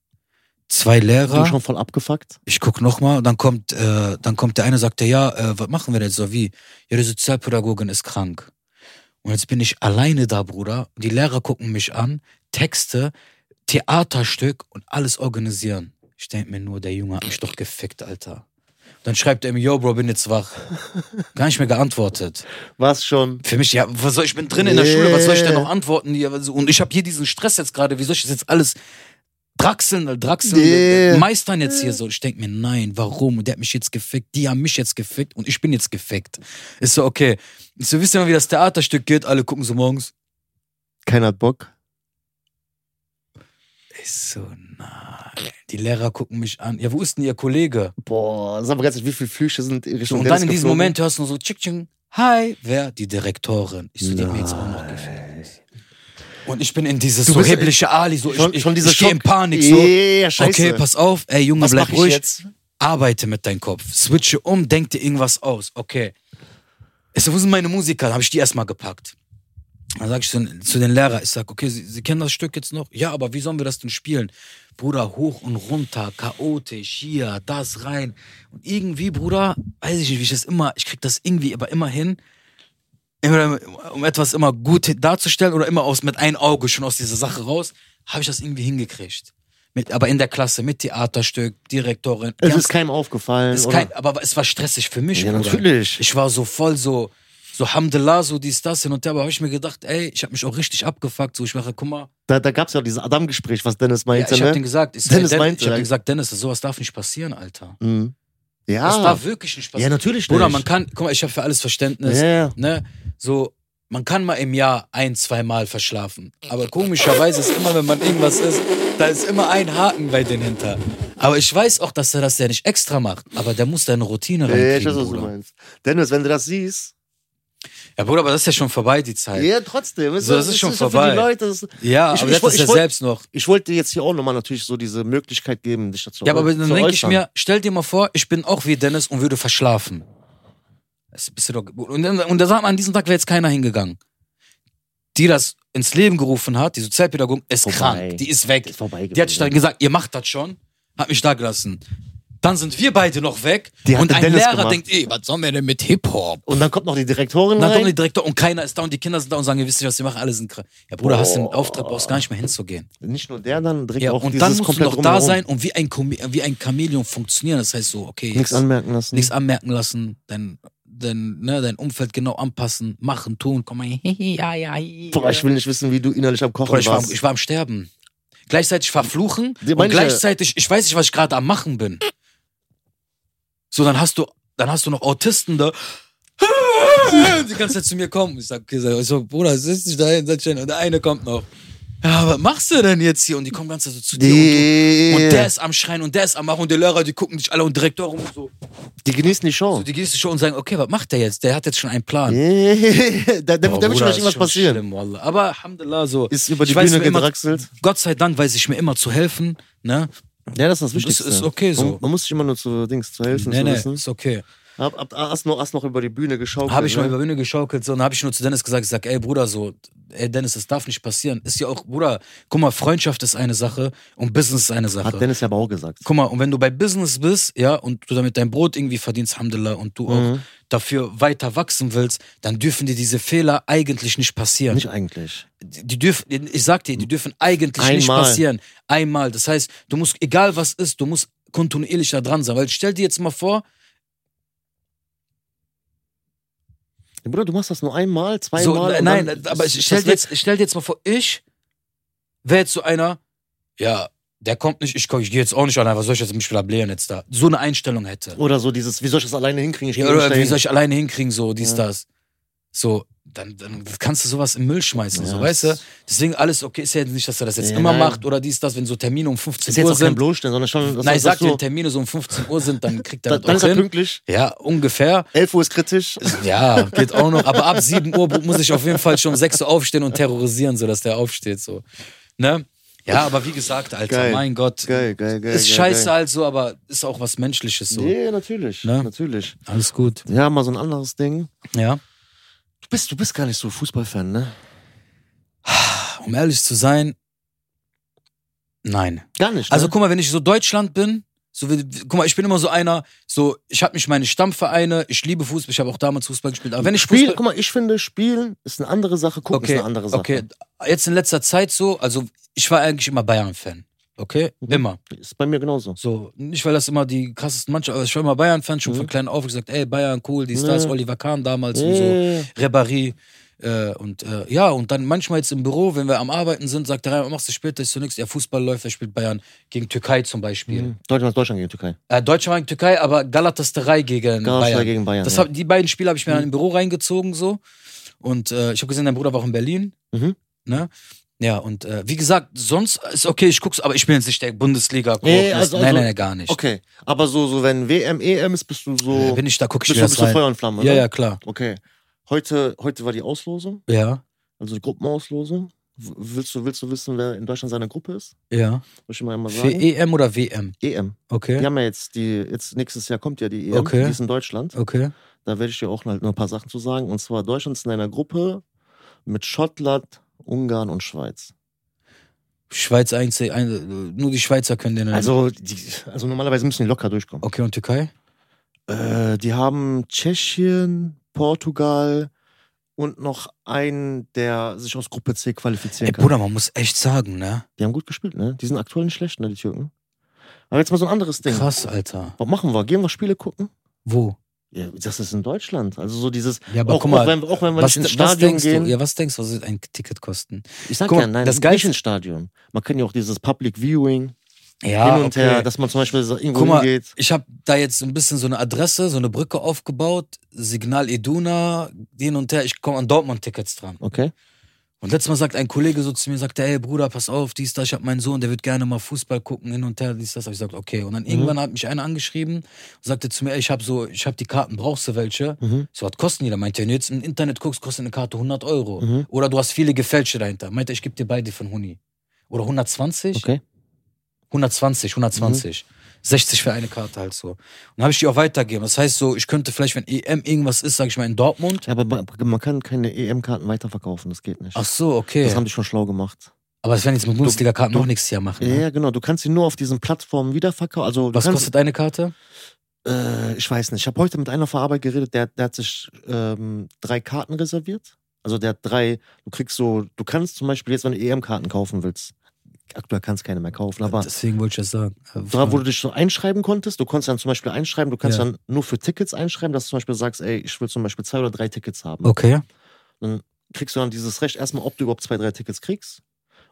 Speaker 1: zwei
Speaker 2: Du
Speaker 1: Lehrer.
Speaker 2: schon voll abgefuckt?
Speaker 1: Ich guck nochmal, dann kommt, äh, dann kommt der eine, sagt der, ja, äh, was machen wir denn jetzt so? Wie? Ja, die Sozialpädagogin ist krank. Und jetzt bin ich alleine da, Bruder. Die Lehrer gucken mich an, Texte, Theaterstück und alles organisieren. Ich denk mir nur, der Junge hat mich doch gefickt, Alter. Dann schreibt er mir, yo, Bro, bin jetzt wach. Gar nicht mehr geantwortet.
Speaker 2: Was schon?
Speaker 1: Für mich, ja, was soll ich, bin drin in der
Speaker 2: Yeah.
Speaker 1: Schule, was soll ich denn noch antworten? Ja, also, Und ich habe hier diesen Stress jetzt gerade, wie soll ich das jetzt alles draxeln, äh, draxeln,
Speaker 2: Yeah.
Speaker 1: meistern jetzt hier so? Ich denk mir, nein, warum? Und der hat mich jetzt gefickt, die haben mich jetzt gefickt und ich bin jetzt gefickt. Ist so, okay. Ist So, wisst ihr mal, wie das Theaterstück geht? Alle gucken so morgens.
Speaker 2: Keiner hat Bock.
Speaker 1: Ist so, nein. Die Lehrer gucken mich an. Ja, wo ist denn ihr Kollege?
Speaker 2: Boah, sag mal ganz ehrlich, wie viele Flüche sind in
Speaker 1: So,
Speaker 2: Richtung
Speaker 1: und
Speaker 2: Dennis
Speaker 1: dann in diesem
Speaker 2: geflogen?
Speaker 1: Moment hörst du nur so, tschick, tschick, hi, wer? Die Direktorin. Ich so, die hat mir jetzt auch noch
Speaker 2: Nein.
Speaker 1: gefällt. Und ich bin in dieses
Speaker 2: Du
Speaker 1: so
Speaker 2: bist-
Speaker 1: hebliche Ali, so,
Speaker 2: Schon,
Speaker 1: ich,
Speaker 2: schon
Speaker 1: ich,
Speaker 2: dieser
Speaker 1: ich geh in
Speaker 2: Schock.
Speaker 1: Panik, so.
Speaker 2: Yeah, scheiße.
Speaker 1: Okay, pass auf, ey Junge,
Speaker 2: Was
Speaker 1: bleib
Speaker 2: mach ich
Speaker 1: ruhig,
Speaker 2: jetzt?
Speaker 1: arbeite mit deinem Kopf, switche um, denk dir irgendwas aus, okay. Ich so, wo sind meine Musiker? Dann habe ich die erstmal gepackt. Dann sag ich zu, den- zu den Lehrer, ich sag, okay, sie, sie kennen das Stück jetzt noch? Ja, aber wie sollen wir das denn spielen? Bruder, hoch und runter, chaotisch, hier, das rein. Und irgendwie, Bruder, weiß ich nicht, wie ich das immer, ich krieg das irgendwie, aber immer hin, entweder um etwas immer gut darzustellen oder immer aus, mit einem Auge schon aus dieser Sache raus, habe ich das irgendwie hingekriegt. Mit, aber in der Klasse, mit Theaterstück, Direktorin.
Speaker 2: Es
Speaker 1: ganz-
Speaker 2: ist keinem aufgefallen.
Speaker 1: ist kein, aber es war stressig für mich.
Speaker 2: Ja,
Speaker 1: Bruder.
Speaker 2: natürlich.
Speaker 1: Ich war so voll so, so Hamdallah, so dies, das hin und her. Aber habe ich mir gedacht, ey, ich habe mich auch richtig abgefuckt. So, ich mache, guck mal,
Speaker 2: oder? Da, da gab es ja auch dieses Adam-Gespräch, was Dennis
Speaker 1: ja,
Speaker 2: meinte,
Speaker 1: ich habe
Speaker 2: ne?
Speaker 1: denen gesagt, ich,
Speaker 2: Dennis
Speaker 1: Dennis Den,
Speaker 2: meinte
Speaker 1: ich hab
Speaker 2: das.
Speaker 1: denen gesagt, Dennis, sowas darf nicht passieren, Alter.
Speaker 2: Mhm. Ja.
Speaker 1: Das darf wirklich nicht
Speaker 2: ja,
Speaker 1: passieren.
Speaker 2: natürlich
Speaker 1: Bruder, man
Speaker 2: nicht.
Speaker 1: kann, guck mal, ich habe für alles Verständnis.
Speaker 2: Ja, ja.
Speaker 1: Ne? So, man kann mal im Jahr ein, zwei Mal verschlafen. Aber komischerweise ist immer, wenn man irgendwas ist, da ist immer ein Haken bei denen hinter. Aber ich weiß auch, dass er das ja nicht extra macht. Aber der muss da eine Routine
Speaker 2: Ja,
Speaker 1: reinkriegen,
Speaker 2: ich weiß, was du
Speaker 1: Bruder.
Speaker 2: meinst. Dennis, wenn du das siehst,
Speaker 1: Ja, Bruder, aber das ist ja schon vorbei, die Zeit.
Speaker 2: ja, trotzdem. es
Speaker 1: So, das ist schon
Speaker 2: ja Für
Speaker 1: vorbei.
Speaker 2: die Leute, das ist,
Speaker 1: Ja,
Speaker 2: Ich-
Speaker 1: aber
Speaker 2: ich
Speaker 1: das
Speaker 2: woll-
Speaker 1: ist
Speaker 2: ich
Speaker 1: ja
Speaker 2: woll-
Speaker 1: selbst noch.
Speaker 2: ich wollte dir jetzt hier auch nochmal natürlich so diese Möglichkeit geben, dich dazu
Speaker 1: Ja, aber dann
Speaker 2: Äh, zu
Speaker 1: denke ich
Speaker 2: äußern.
Speaker 1: mir, stell dir mal vor, ich bin auch wie Dennis und würde verschlafen. Das bist du doch, und, dann, und da sagt man, an diesem Tag wäre jetzt keiner hingegangen. Die das ins Leben gerufen hat, die Sozialpädagogin, ist
Speaker 2: Vorbei.
Speaker 1: krank, die ist weg.
Speaker 2: Das ist vorbei
Speaker 1: Die hat sich
Speaker 2: gewesen.
Speaker 1: dann gesagt, ihr macht das schon, hat mich da gelassen. Dann sind wir beide noch weg
Speaker 2: Die hat
Speaker 1: und
Speaker 2: der
Speaker 1: ein
Speaker 2: Dennis
Speaker 1: Lehrer
Speaker 2: gemacht.
Speaker 1: denkt, ey, was sollen wir denn mit Hip-Hop?
Speaker 2: Und dann kommt noch die Direktorin
Speaker 1: Dann kommen
Speaker 2: rein.
Speaker 1: die Direktor und keiner ist da und die Kinder sind da und sagen, ihr wisst nicht, was wir machen, alle sind krank. Ja, Bruder, hast du den Auftritt, brauchst gar nicht mehr hinzugehen.
Speaker 2: Nicht nur der, dann direkt
Speaker 1: Ja,
Speaker 2: auch
Speaker 1: und
Speaker 2: dieses
Speaker 1: dann musst du
Speaker 2: komplett
Speaker 1: noch da
Speaker 2: drumherum.
Speaker 1: sein und wie ein, Chame- wie ein Chamäleon funktionieren. Das heißt so, okay,
Speaker 2: Nichts
Speaker 1: jetzt-
Speaker 2: anmerken lassen.
Speaker 1: nichts anmerken lassen, dein, dein, ne, dein Umfeld genau anpassen, machen, tun, komm mal, hi, hi, hi, ja, ja, hi.
Speaker 2: Boah, ich will nicht wissen, wie du innerlich am Kochen
Speaker 1: Bruder, ich, war,
Speaker 2: warst.
Speaker 1: am- ich war am Sterben. Gleichzeitig verfluchen
Speaker 2: Die
Speaker 1: und
Speaker 2: manche-
Speaker 1: gleichzeitig, ich weiß nicht, was ich gerade am machen bin. So, dann hast du, dann hast du noch Autisten da. Die ganze Zeit zu mir kommen. Ich sag, okay, ich so, Bruder, setz dich da hin, setz dich hin. Und der eine kommt noch. Ja, was machst du denn jetzt hier? Und die kommen ganz so zu dir.
Speaker 2: die,
Speaker 1: und, du, und der ist am Schreien und der ist am Machen und die Lehrer, die gucken dich alle und direkt darum so.
Speaker 2: die genießen die Show.
Speaker 1: So, die gehst du schon und sagen, okay, was macht der jetzt? Der hat jetzt schon einen Plan.
Speaker 2: Yeah. da da,
Speaker 1: Boah,
Speaker 2: da wird schon
Speaker 1: Bruder, ist
Speaker 2: nicht irgendwas
Speaker 1: schon
Speaker 2: passieren.
Speaker 1: Schlimm, Wallah. Aber Alhamdulillah, so.
Speaker 2: Ist über die
Speaker 1: Ich weiß
Speaker 2: Bühne
Speaker 1: mir immer-
Speaker 2: gedrechselt.
Speaker 1: Gott sei Dank weiß ich mir immer zu helfen. Ne?
Speaker 2: Ja, das ist das
Speaker 1: Das
Speaker 2: Wichtigste.
Speaker 1: ist okay so.
Speaker 2: Man, man muss sich immer nur zu Dings, zu helfen,
Speaker 1: Nee,
Speaker 2: zu
Speaker 1: nee,
Speaker 2: wissen.
Speaker 1: ist okay.
Speaker 2: Hab, hab, hast, noch, hast noch über die Bühne geschaut. ne?
Speaker 1: Habe ich mal über Bühne geschaukelt so, und habe ich nur zu Dennis gesagt, ich sag, ey Bruder, so, ey Dennis, das darf nicht passieren. Ist ja auch, Bruder, guck mal, Freundschaft ist eine Sache und Business ist eine Sache.
Speaker 2: Hat Dennis ja aber auch gesagt.
Speaker 1: Guck mal, und wenn du bei Business bist, ja, und du damit dein Brot irgendwie verdienst, Alhamdulillah, und du auch
Speaker 2: Mhm.
Speaker 1: dafür weiter wachsen willst, dann dürfen dir diese Fehler eigentlich nicht passieren.
Speaker 2: Nicht eigentlich.
Speaker 1: die die dürfen, ich sag dir, die dürfen eigentlich nicht
Speaker 2: Einmal.
Speaker 1: passieren. Einmal. Das heißt, du musst, egal was ist, du musst kontinuierlich da dran sein. Weil stell dir jetzt mal vor,
Speaker 2: Ja, Bruder, du machst das nur einmal, zweimal.
Speaker 1: so,
Speaker 2: und
Speaker 1: nein,
Speaker 2: dann-
Speaker 1: aber
Speaker 2: das-
Speaker 1: stell
Speaker 2: das
Speaker 1: dir, jetzt, stell dir jetzt mal vor, ich wäre jetzt so einer, ja, der kommt nicht, ich, komm- ich gehe jetzt auch nicht an, was soll ich jetzt mich blablieren jetzt da? So eine Einstellung hätte.
Speaker 2: Oder so dieses, wie soll ich das alleine hinkriegen? Ich
Speaker 1: Ja,
Speaker 2: geh nicht
Speaker 1: oder wie
Speaker 2: dahin.
Speaker 1: soll ich alleine hinkriegen, so dies,
Speaker 2: Ja.
Speaker 1: das. So, dann, dann kannst du sowas im Müll schmeißen,
Speaker 2: Ja,
Speaker 1: so,
Speaker 2: das-
Speaker 1: weißt du? Deswegen alles okay, ist ja jetzt nicht, dass er das jetzt
Speaker 2: Ja,
Speaker 1: immer
Speaker 2: nein.
Speaker 1: macht oder dies, das, wenn so Termine um 15
Speaker 2: ist jetzt
Speaker 1: Uhr
Speaker 2: auch kein
Speaker 1: sind.
Speaker 2: Bloßstellen, sondern schon. das-
Speaker 1: Nein, ich
Speaker 2: das
Speaker 1: sag
Speaker 2: so-
Speaker 1: dir, wenn Termine so um 15 Uhr sind, dann kriegt er
Speaker 2: Dann,
Speaker 1: das auch
Speaker 2: dann ist er
Speaker 1: hin.
Speaker 2: pünktlich.
Speaker 1: Ja, ungefähr.
Speaker 2: 11 Uhr ist kritisch.
Speaker 1: Ja, geht auch noch. Aber ab 7 Uhr muss ich auf jeden Fall schon um 6 Uhr aufstehen und terrorisieren, sodass der aufsteht. So. Ne? Ja, aber wie gesagt, Alter,
Speaker 2: Geil.
Speaker 1: mein Gott.
Speaker 2: Geil, geil, geil.
Speaker 1: ist
Speaker 2: geil,
Speaker 1: scheiße
Speaker 2: Geil.
Speaker 1: halt so, aber ist auch was Menschliches so.
Speaker 2: Nee, natürlich.
Speaker 1: Ne?
Speaker 2: Natürlich.
Speaker 1: Alles gut.
Speaker 2: Ja, mal so ein anderes Ding.
Speaker 1: Ja.
Speaker 2: Du bist, du bist gar nicht so Fußballfan, ne?
Speaker 1: Um ehrlich zu sein, nein.
Speaker 2: Gar nicht.
Speaker 1: Also
Speaker 2: ne?
Speaker 1: guck mal, wenn ich so Deutschland bin, so wie, guck mal, ich bin immer so einer, so ich habe mich meine Stammvereine, ich liebe Fußball, ich habe auch damals Fußball gespielt, aber wenn ich
Speaker 2: Spiel,
Speaker 1: Fußball,
Speaker 2: guck mal, ich finde, spielen ist eine andere Sache, gucken
Speaker 1: Okay,
Speaker 2: ist eine andere Sache.
Speaker 1: Okay, jetzt in letzter Zeit so, also ich war eigentlich immer Bayern-Fan. Okay?
Speaker 2: Mhm.
Speaker 1: Immer.
Speaker 2: Ist bei mir genauso.
Speaker 1: So, nicht weil das immer die krassesten Mannschaften, aber ich war immer Bayern-Fan, schon
Speaker 2: Mhm.
Speaker 1: von klein auf gesagt, ey, Bayern, cool, die
Speaker 2: Ja.
Speaker 1: Stars, Oliver Kahn damals und so,
Speaker 2: Yeah.
Speaker 1: Ribéry. Äh, und äh, ja, und dann manchmal jetzt im Büro, wenn wir am Arbeiten sind, sagt der Rainer, machst du später, ist so nix, der Fußball läuft, der spielt Bayern gegen Türkei zum Beispiel.
Speaker 2: Mhm. Deutschland, Deutschland gegen Türkei.
Speaker 1: Äh, Deutschland gegen Türkei, aber Galatasaray gegen
Speaker 2: Galatasaray
Speaker 1: Hm, Bayern.
Speaker 2: gegen Bayern.
Speaker 1: Das
Speaker 2: ja. Mhm.
Speaker 1: hab, die beiden Spiele habe ich mir dann im Büro reingezogen so. Und äh, ich habe gesehen, dein Bruder war auch in Berlin.
Speaker 2: Mhm.
Speaker 1: Ne? Ja, und äh, wie gesagt, sonst ist okay, ich guck's, aber ich bin jetzt nicht der Bundesliga.
Speaker 2: Nee,
Speaker 1: Nee,
Speaker 2: also-
Speaker 1: nein,
Speaker 2: also-
Speaker 1: nein, nein, gar nicht.
Speaker 2: okay, aber so, so wenn WM, EM ist, bist du so.
Speaker 1: Bin ich da, guck ich
Speaker 2: bist
Speaker 1: mir
Speaker 2: du,
Speaker 1: das
Speaker 2: bist du
Speaker 1: rein.
Speaker 2: Feuer und Flamme,
Speaker 1: Ja,
Speaker 2: ne?
Speaker 1: ja, klar.
Speaker 2: Okay. Heute, heute war die Auslosung,
Speaker 1: Ja,
Speaker 2: also die Gruppenauslosung. W- Willst du, willst du wissen, wer in Deutschland seiner Gruppe ist?
Speaker 1: ja.
Speaker 2: Muss ich mal einmal
Speaker 1: Für E-
Speaker 2: sagen.
Speaker 1: EM oder WM?
Speaker 2: EM.
Speaker 1: Okay.
Speaker 2: Die haben ja jetzt die, jetzt nächstes Jahr kommt ja die EM,
Speaker 1: Okay.
Speaker 2: die ist in Deutschland.
Speaker 1: Okay.
Speaker 2: Da werde ich dir auch halt nur ein paar Sachen zu sagen. Und zwar Deutschland ist in einer Gruppe mit Schottland, Ungarn und Schweiz.
Speaker 1: Schweiz einzig, ein, nur die Schweizer können den. äh,
Speaker 2: Also, die, also normalerweise müssen die locker durchkommen.
Speaker 1: okay, und Türkei?
Speaker 2: Äh, die haben Tschechien, Portugal und noch einen, der sich aus Gruppe C
Speaker 1: Ey,
Speaker 2: qualifizieren kann.
Speaker 1: Bruder, man muss echt sagen, ne?
Speaker 2: Die haben gut gespielt, ne? Die sind aktuell nicht schlecht, ne, die Türken. Aber jetzt mal so ein anderes Ding.
Speaker 1: Krass, Alter.
Speaker 2: Was machen wir? Gehen wir Spiele gucken?
Speaker 1: Wo?
Speaker 2: Ja, das ist in Deutschland. Also so dieses,
Speaker 1: Ja, aber
Speaker 2: auch,
Speaker 1: guck mal.
Speaker 2: auch, wenn, auch wenn wir
Speaker 1: was,
Speaker 2: nicht ins
Speaker 1: was
Speaker 2: Stadion
Speaker 1: denkst
Speaker 2: gehen.
Speaker 1: du? Ja, was denkst du, was wird ein Ticket kosten?
Speaker 2: Ich sag
Speaker 1: Guck mal,
Speaker 2: ja, nein,
Speaker 1: das
Speaker 2: das nicht
Speaker 1: Geilste-
Speaker 2: ins Stadion. Man kann ja auch dieses Public Viewing
Speaker 1: Ja,
Speaker 2: hin und
Speaker 1: okay.
Speaker 2: her, dass man zum Beispiel so irgendwo
Speaker 1: Guck mal,
Speaker 2: hingeht.
Speaker 1: ich habe da jetzt so ein bisschen so eine Adresse, so eine Brücke aufgebaut, Signal Iduna, hin und her, ich komme an Dortmund-Tickets dran.
Speaker 2: Okay.
Speaker 1: Und letztes Mal sagt ein Kollege so zu mir, sagt, er, ey Bruder, pass auf, dies, das, ich habe meinen Sohn, der wird gerne mal Fußball gucken, hin und her, dies, das. Hab Ich sagte, okay.
Speaker 2: Mhm.
Speaker 1: Und dann irgendwann hat mich einer angeschrieben und sagte zu mir, ey, ich habe so, ich habe die Karten, brauchst du welche?
Speaker 2: Mhm.
Speaker 1: So, was kosten die da? Meinte, wenn du jetzt im Internet guckst, kostet eine Karte 100 Euro.
Speaker 2: Mhm.
Speaker 1: Oder du hast viele Gefälschte dahinter. Meinte, ich gebe dir beide von Huni. Oder 120?
Speaker 2: Okay. Mhm.
Speaker 1: 120, 120. 60 für eine Karte halt so. Und dann habe ich die auch weitergegeben. Das heißt so, ich könnte vielleicht, wenn EM irgendwas ist, sage ich mal in Dortmund.
Speaker 2: Ja, aber man man kann keine EM-Karten E weiterverkaufen, das geht nicht.
Speaker 1: Ach so, okay.
Speaker 2: Das haben die schon schlau gemacht.
Speaker 1: Aber das werden jetzt mit Bundesliga-Karten noch nächstes Jahr machen.
Speaker 2: Ja,
Speaker 1: Ne?
Speaker 2: ja, genau. Du kannst sie nur auf diesen Plattformen wiederverkaufen. Also, du
Speaker 1: Was
Speaker 2: kannst,
Speaker 1: kostet eine Karte?
Speaker 2: Äh, ich weiß nicht. Ich habe heute mit einer von Arbeit geredet, der, der hat sich ähm, drei Karten reserviert. Also der hat drei, du kriegst so, du kannst zum Beispiel jetzt, wenn du EM-Karten kaufen willst, aktuell kannst du keine mehr kaufen, aber
Speaker 1: Deswegen wollte ich das sagen. Äh,
Speaker 2: da, wo du dich so einschreiben konntest, du konntest dann zum Beispiel einschreiben, du kannst
Speaker 1: Ja.
Speaker 2: dann nur für Tickets einschreiben, dass du zum Beispiel sagst, ey, ich will zum Beispiel zwei oder drei Tickets haben.
Speaker 1: Äh, okay.
Speaker 2: Kriegst du dann dieses Recht erstmal, ob du überhaupt zwei, drei Tickets kriegst.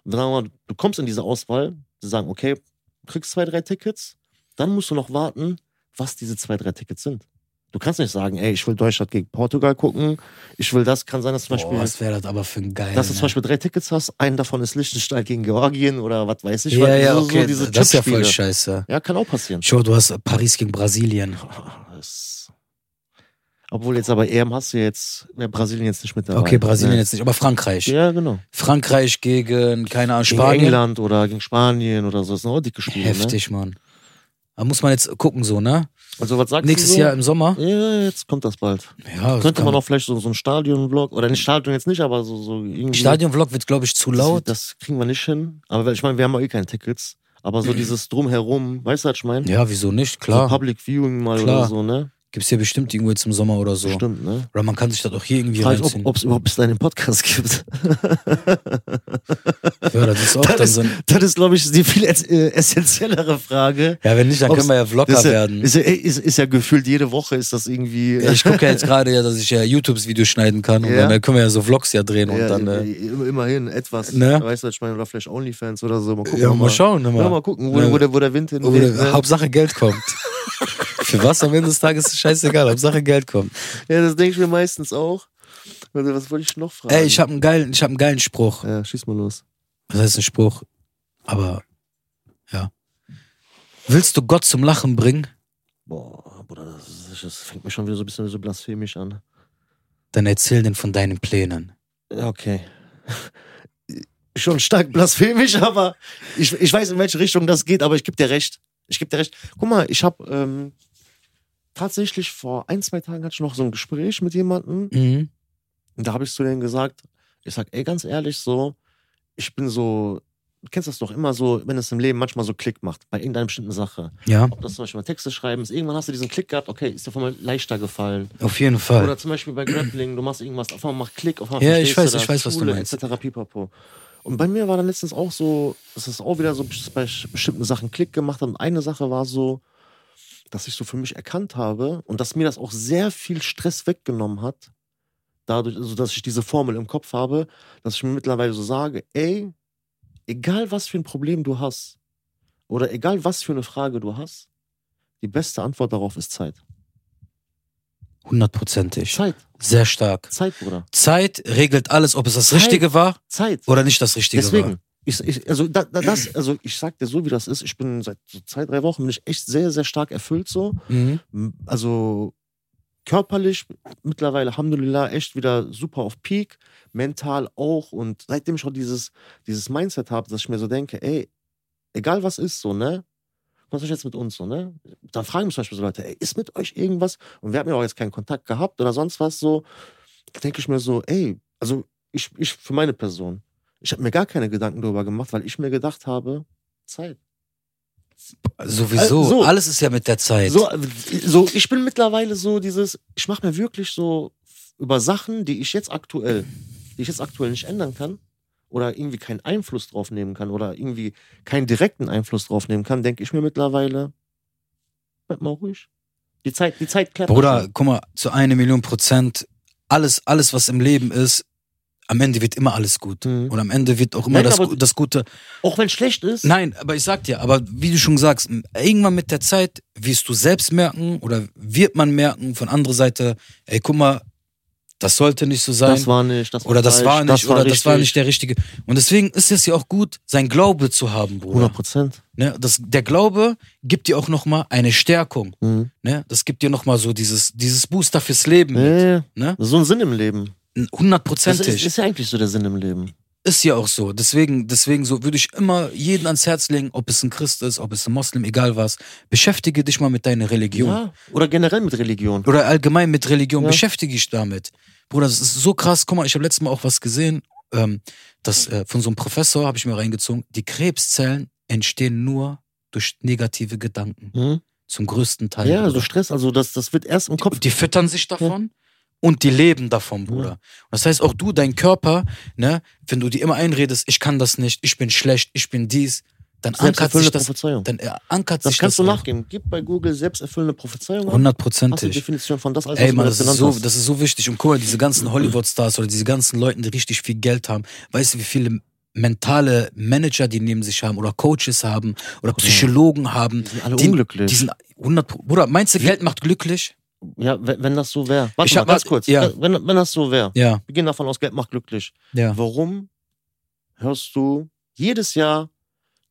Speaker 2: Und dann aber, du kommst in diese Auswahl, sie sagen, okay, du kriegst zwei, drei Tickets, dann musst du noch warten, was diese zwei, drei Tickets sind. Du kannst nicht sagen, ey, ich will Deutschland gegen Portugal gucken, ich will das, kann sein, dass zum Beispiel,
Speaker 1: Boah, was wäre das aber für ein geil.
Speaker 2: dass du zum Beispiel drei Tickets hast, einen davon ist Liechtenstein gegen Georgien oder was weiß ich,
Speaker 1: ja,
Speaker 2: weil
Speaker 1: ja,
Speaker 2: so,
Speaker 1: okay.
Speaker 2: so diese
Speaker 1: das ist ja voll
Speaker 2: Chipspiele.
Speaker 1: scheiße.
Speaker 2: Ja, kann auch passieren.
Speaker 1: Schau, du hast äh, Paris gegen Brasilien.
Speaker 2: Das- Obwohl jetzt aber EM hast du jetzt, wäre Brasilien jetzt nicht mit dabei.
Speaker 1: Okay, Brasilien
Speaker 2: Nee.
Speaker 1: jetzt nicht, aber Frankreich.
Speaker 2: Ja, genau.
Speaker 1: Frankreich gegen, keine Ahnung,
Speaker 2: Gegen
Speaker 1: Spanien.
Speaker 2: England oder gegen Spanien oder so. Das sind auch dicke Spiele. Ne?
Speaker 1: Heftig, Mann. Da muss man jetzt gucken, so, ne?
Speaker 2: Also, was sagst
Speaker 1: Nächstes
Speaker 2: du so?
Speaker 1: Jahr im Sommer.
Speaker 2: Ja, jetzt kommt das bald.
Speaker 1: Ja, das
Speaker 2: Könnte
Speaker 1: kann-
Speaker 2: man auch vielleicht so, so ein Stadionblock oder ein Stadion jetzt nicht, aber so, so irgendwie.
Speaker 1: Stadionvlog wird, glaube ich, zu
Speaker 2: das,
Speaker 1: laut.
Speaker 2: Das kriegen wir nicht hin. Aber ich meine, wir haben ja eh keine Tickets. Aber so dieses Drumherum, weißt du, was ich meine?
Speaker 1: Mhm. Ja, wieso nicht?
Speaker 2: So
Speaker 1: Klar.
Speaker 2: Public Viewing mal
Speaker 1: Klar.
Speaker 2: oder so, ne?
Speaker 1: Gibt es hier bestimmt irgendwo jetzt im Sommer oder so.
Speaker 2: Stimmt, ne?
Speaker 1: Oder man kann sich das auch hier irgendwie
Speaker 2: Frag ich,
Speaker 1: reinziehen.
Speaker 2: ob es überhaupt bis dahin einen Podcast gibt.
Speaker 1: ja, das ist auch
Speaker 2: Das
Speaker 1: dann
Speaker 2: ist,
Speaker 1: so ein.
Speaker 2: das ist glaube ich, die viel ess- äh, essentiellere Frage.
Speaker 1: Ja, wenn nicht, dann
Speaker 2: ob's-
Speaker 1: können wir ja Vlogger
Speaker 2: Das ist, ja,
Speaker 1: werden.
Speaker 2: ist, ja, ist, ist ja gefühlt jede Woche ist das irgendwie.
Speaker 1: Ja, ich gucke ja jetzt gerade ja, dass ich ja YouTubes-Videos schneiden kann und
Speaker 2: Ja.
Speaker 1: dann äh, können wir ja so Vlogs ja drehen und
Speaker 2: Ja,
Speaker 1: dann. Äh,
Speaker 2: im- immerhin etwas.
Speaker 1: Ne?
Speaker 2: Weißt du, was ich meine, oder vielleicht Onlyfans oder so. Mal gucken.
Speaker 1: ja,
Speaker 2: wir
Speaker 1: mal schauen.
Speaker 2: Ja, mal
Speaker 1: Mal.
Speaker 2: gucken, wo,
Speaker 1: Ja.
Speaker 2: wo, der, wo der Wind
Speaker 1: Wo
Speaker 2: hinweht.
Speaker 1: der-
Speaker 2: Ne?
Speaker 1: Hauptsache Geld kommt. Für was am Ende des Tages ist scheißegal. Hauptsache Geld kommt.
Speaker 2: Ja, das denke ich mir meistens auch. Warte, Was wollte ich noch fragen?
Speaker 1: Ey, ich habe einen geilen, ich hab einen geilen Spruch.
Speaker 2: Ja, schieß mal los.
Speaker 1: Das heißt ein Spruch, aber ja. Willst du Gott zum Lachen bringen?
Speaker 2: Boah, Bruder, das, ist, das fängt mir schon wieder so ein bisschen so blasphemisch an.
Speaker 1: Dann erzähl den von deinen Plänen.
Speaker 2: Ja, Okay. Schon stark blasphemisch, aber ich, ich weiß, in welche Richtung das geht, aber ich gebe dir recht. Ich gebe dir recht. Guck mal, ich habe ähm, tatsächlich vor ein, zwei Tagen hatte ich noch so ein Gespräch mit jemandem.
Speaker 1: Mhm.
Speaker 2: Und da habe ich zu denen gesagt, ich sag, ey, ganz ehrlich, so, ich bin so, du kennst das doch immer so, wenn es im Leben manchmal so Klick macht, bei irgendeiner bestimmten Sache.
Speaker 1: Ja,
Speaker 2: Ob das zum Beispiel mal Texte schreiben ist, irgendwann hast du diesen Klick gehabt, okay, ist dir auf einmal leichter gefallen.
Speaker 1: auf jeden Fall.
Speaker 2: Oder zum Beispiel bei Grappling, du machst irgendwas, auf einmal macht Klick, auf einmal
Speaker 1: Ja,
Speaker 2: verstehst
Speaker 1: ich weiß,
Speaker 2: du das,
Speaker 1: ich weiß, was du
Speaker 2: Schule,
Speaker 1: meinst.
Speaker 2: Etc. Pipapo. Und bei mir war dann letztens auch so, dass es auch wieder so bei bestimmten Sachen Klick gemacht hat. Und eine Sache war so, dass ich so für mich erkannt habe und dass mir das auch sehr viel Stress weggenommen hat, dadurch, also dass ich diese Formel im Kopf habe, dass ich mir mittlerweile so sage, ey, egal was für ein Problem du hast oder egal was für eine Frage du hast, die beste Antwort darauf ist Zeit.
Speaker 1: Hundertprozentig.
Speaker 2: Zeit,
Speaker 1: Sehr stark.
Speaker 2: Zeit, Bruder.
Speaker 1: Zeit regelt alles, ob es das
Speaker 2: Zeit.
Speaker 1: Richtige war
Speaker 2: Zeit.
Speaker 1: oder nicht das Richtige war.
Speaker 2: Deswegen. Ich, ich, also, da, da, das, also ich sag dir so, wie das ist. Ich bin seit so zwei, drei Wochen bin ich echt sehr, sehr stark erfüllt so.
Speaker 1: Mhm.
Speaker 2: M- Also körperlich mittlerweile, Alhamdulillah, echt wieder super auf Peak. Mental auch. Und seitdem ich auch dieses, dieses Mindset habe, dass ich mir so denke, ey, egal was ist so, ne? Was ist jetzt mit uns so, ne? Dann fragen mich zum Beispiel so Leute, ey, ist mit euch irgendwas? Und wir haben ja auch jetzt keinen Kontakt gehabt oder sonst was so. Da denke ich mir so, ey, also ich, ich für meine Person, ich habe mir gar keine Gedanken darüber gemacht, weil ich mir gedacht habe, Zeit.
Speaker 1: Sowieso.
Speaker 2: Äh, so.
Speaker 1: Alles ist ja mit der Zeit.
Speaker 2: So, so, ich bin mittlerweile so dieses, ich mache mir wirklich so über Sachen, die ich jetzt aktuell, die ich jetzt aktuell nicht ändern kann oder irgendwie keinen Einfluss drauf nehmen kann oder irgendwie keinen direkten Einfluss drauf nehmen kann, denke ich mir mittlerweile, bleib mal ruhig. Die Zeit, die Zeit klärt. das
Speaker 1: Bruder,
Speaker 2: schon.
Speaker 1: guck mal, zu einer Million Prozent, alles, alles, was im Leben ist, am Ende wird immer alles gut.
Speaker 2: Mhm.
Speaker 1: Und am Ende wird auch immer
Speaker 2: Nein,
Speaker 1: das,
Speaker 2: aber-
Speaker 1: Gu- das Gute.
Speaker 2: Auch wenn schlecht ist.
Speaker 1: Nein, aber ich sag dir, aber wie du schon sagst, m- irgendwann mit der Zeit wirst du selbst merken oder wird man merken von anderer Seite, ey, guck mal, das sollte nicht so sein.
Speaker 2: das war nicht. Das war
Speaker 1: oder das
Speaker 2: falsch,
Speaker 1: war nicht, oder das war nicht
Speaker 2: richtig.
Speaker 1: der richtige. Und deswegen ist es ja auch gut, sein Glaube zu haben, Bruder.
Speaker 2: 100 Prozent.
Speaker 1: Ne? Das, der Glaube gibt dir auch nochmal eine Stärkung.
Speaker 2: Mhm.
Speaker 1: Ne? Das gibt dir nochmal so dieses, dieses Booster fürs Leben.
Speaker 2: Ja,
Speaker 1: mit,
Speaker 2: ja, ja.
Speaker 1: Ne?
Speaker 2: Das ist so ein Sinn im Leben. Das
Speaker 1: Hundertprozentig.
Speaker 2: ist,
Speaker 1: Ist,
Speaker 2: ist ja eigentlich so der Sinn im Leben.
Speaker 1: ja auch so. Deswegen, deswegen so würde ich immer jeden ans Herz legen, ob es ein Christ ist, ob es ein Moslem, egal was. Beschäftige dich mal mit deiner Religion.
Speaker 2: Ja. Oder generell mit Religion.
Speaker 1: Oder allgemein mit Religion.
Speaker 2: Ja.
Speaker 1: Beschäftige dich damit. Bruder, das ist so krass. Guck mal, ich habe letztes Mal auch was gesehen. ähm, das, äh, von so einem Professor habe ich mir reingezogen, die Krebszellen entstehen nur durch negative Gedanken.
Speaker 2: Hm?
Speaker 1: Zum größten Teil.
Speaker 2: Ja, so
Speaker 1: Bruder.
Speaker 2: Stress, also das, das wird erst im Kopf.
Speaker 1: Die füttern sich davon und die leben davon, Bruder. Und das heißt, auch du, dein Körper, ne, wenn du dir immer einredest, ich kann das nicht, ich bin schlecht, ich bin dies, dann ankert sich
Speaker 2: Selbsterfüllende
Speaker 1: das.
Speaker 2: Prophezeiung.
Speaker 1: Dann äh, ankert
Speaker 2: Das
Speaker 1: sich
Speaker 2: kannst
Speaker 1: das.
Speaker 2: du nachgeben. Gib bei Google selbsterfüllende Prophezeiung an. Hast du die
Speaker 1: Hundertprozentig.
Speaker 2: Definition von das, alles,
Speaker 1: Ey,
Speaker 2: was
Speaker 1: Mann,
Speaker 2: du
Speaker 1: das ist,
Speaker 2: das genannt
Speaker 1: so,
Speaker 2: hast?
Speaker 1: das ist so wichtig. Und guck mal, diese ganzen Hollywood-Stars oder diese ganzen Leuten, die richtig viel Geld haben, weißt du, wie viele mentale Manager die neben sich haben oder Coaches haben oder Psychologen haben.
Speaker 2: Die sind alle
Speaker 1: die-
Speaker 2: unglücklich.
Speaker 1: Die sind 100 Pro- Bruder, meinst du, Geld macht glücklich?
Speaker 2: ja, wenn, wenn das so wäre. Warte
Speaker 1: Ich
Speaker 2: mal,
Speaker 1: hab-
Speaker 2: ganz kurz. Äh,
Speaker 1: ja.
Speaker 2: Wenn, wenn das so wäre.
Speaker 1: Ja,
Speaker 2: Wir gehen davon aus, Geld macht glücklich.
Speaker 1: ja.
Speaker 2: Warum hörst du jedes Jahr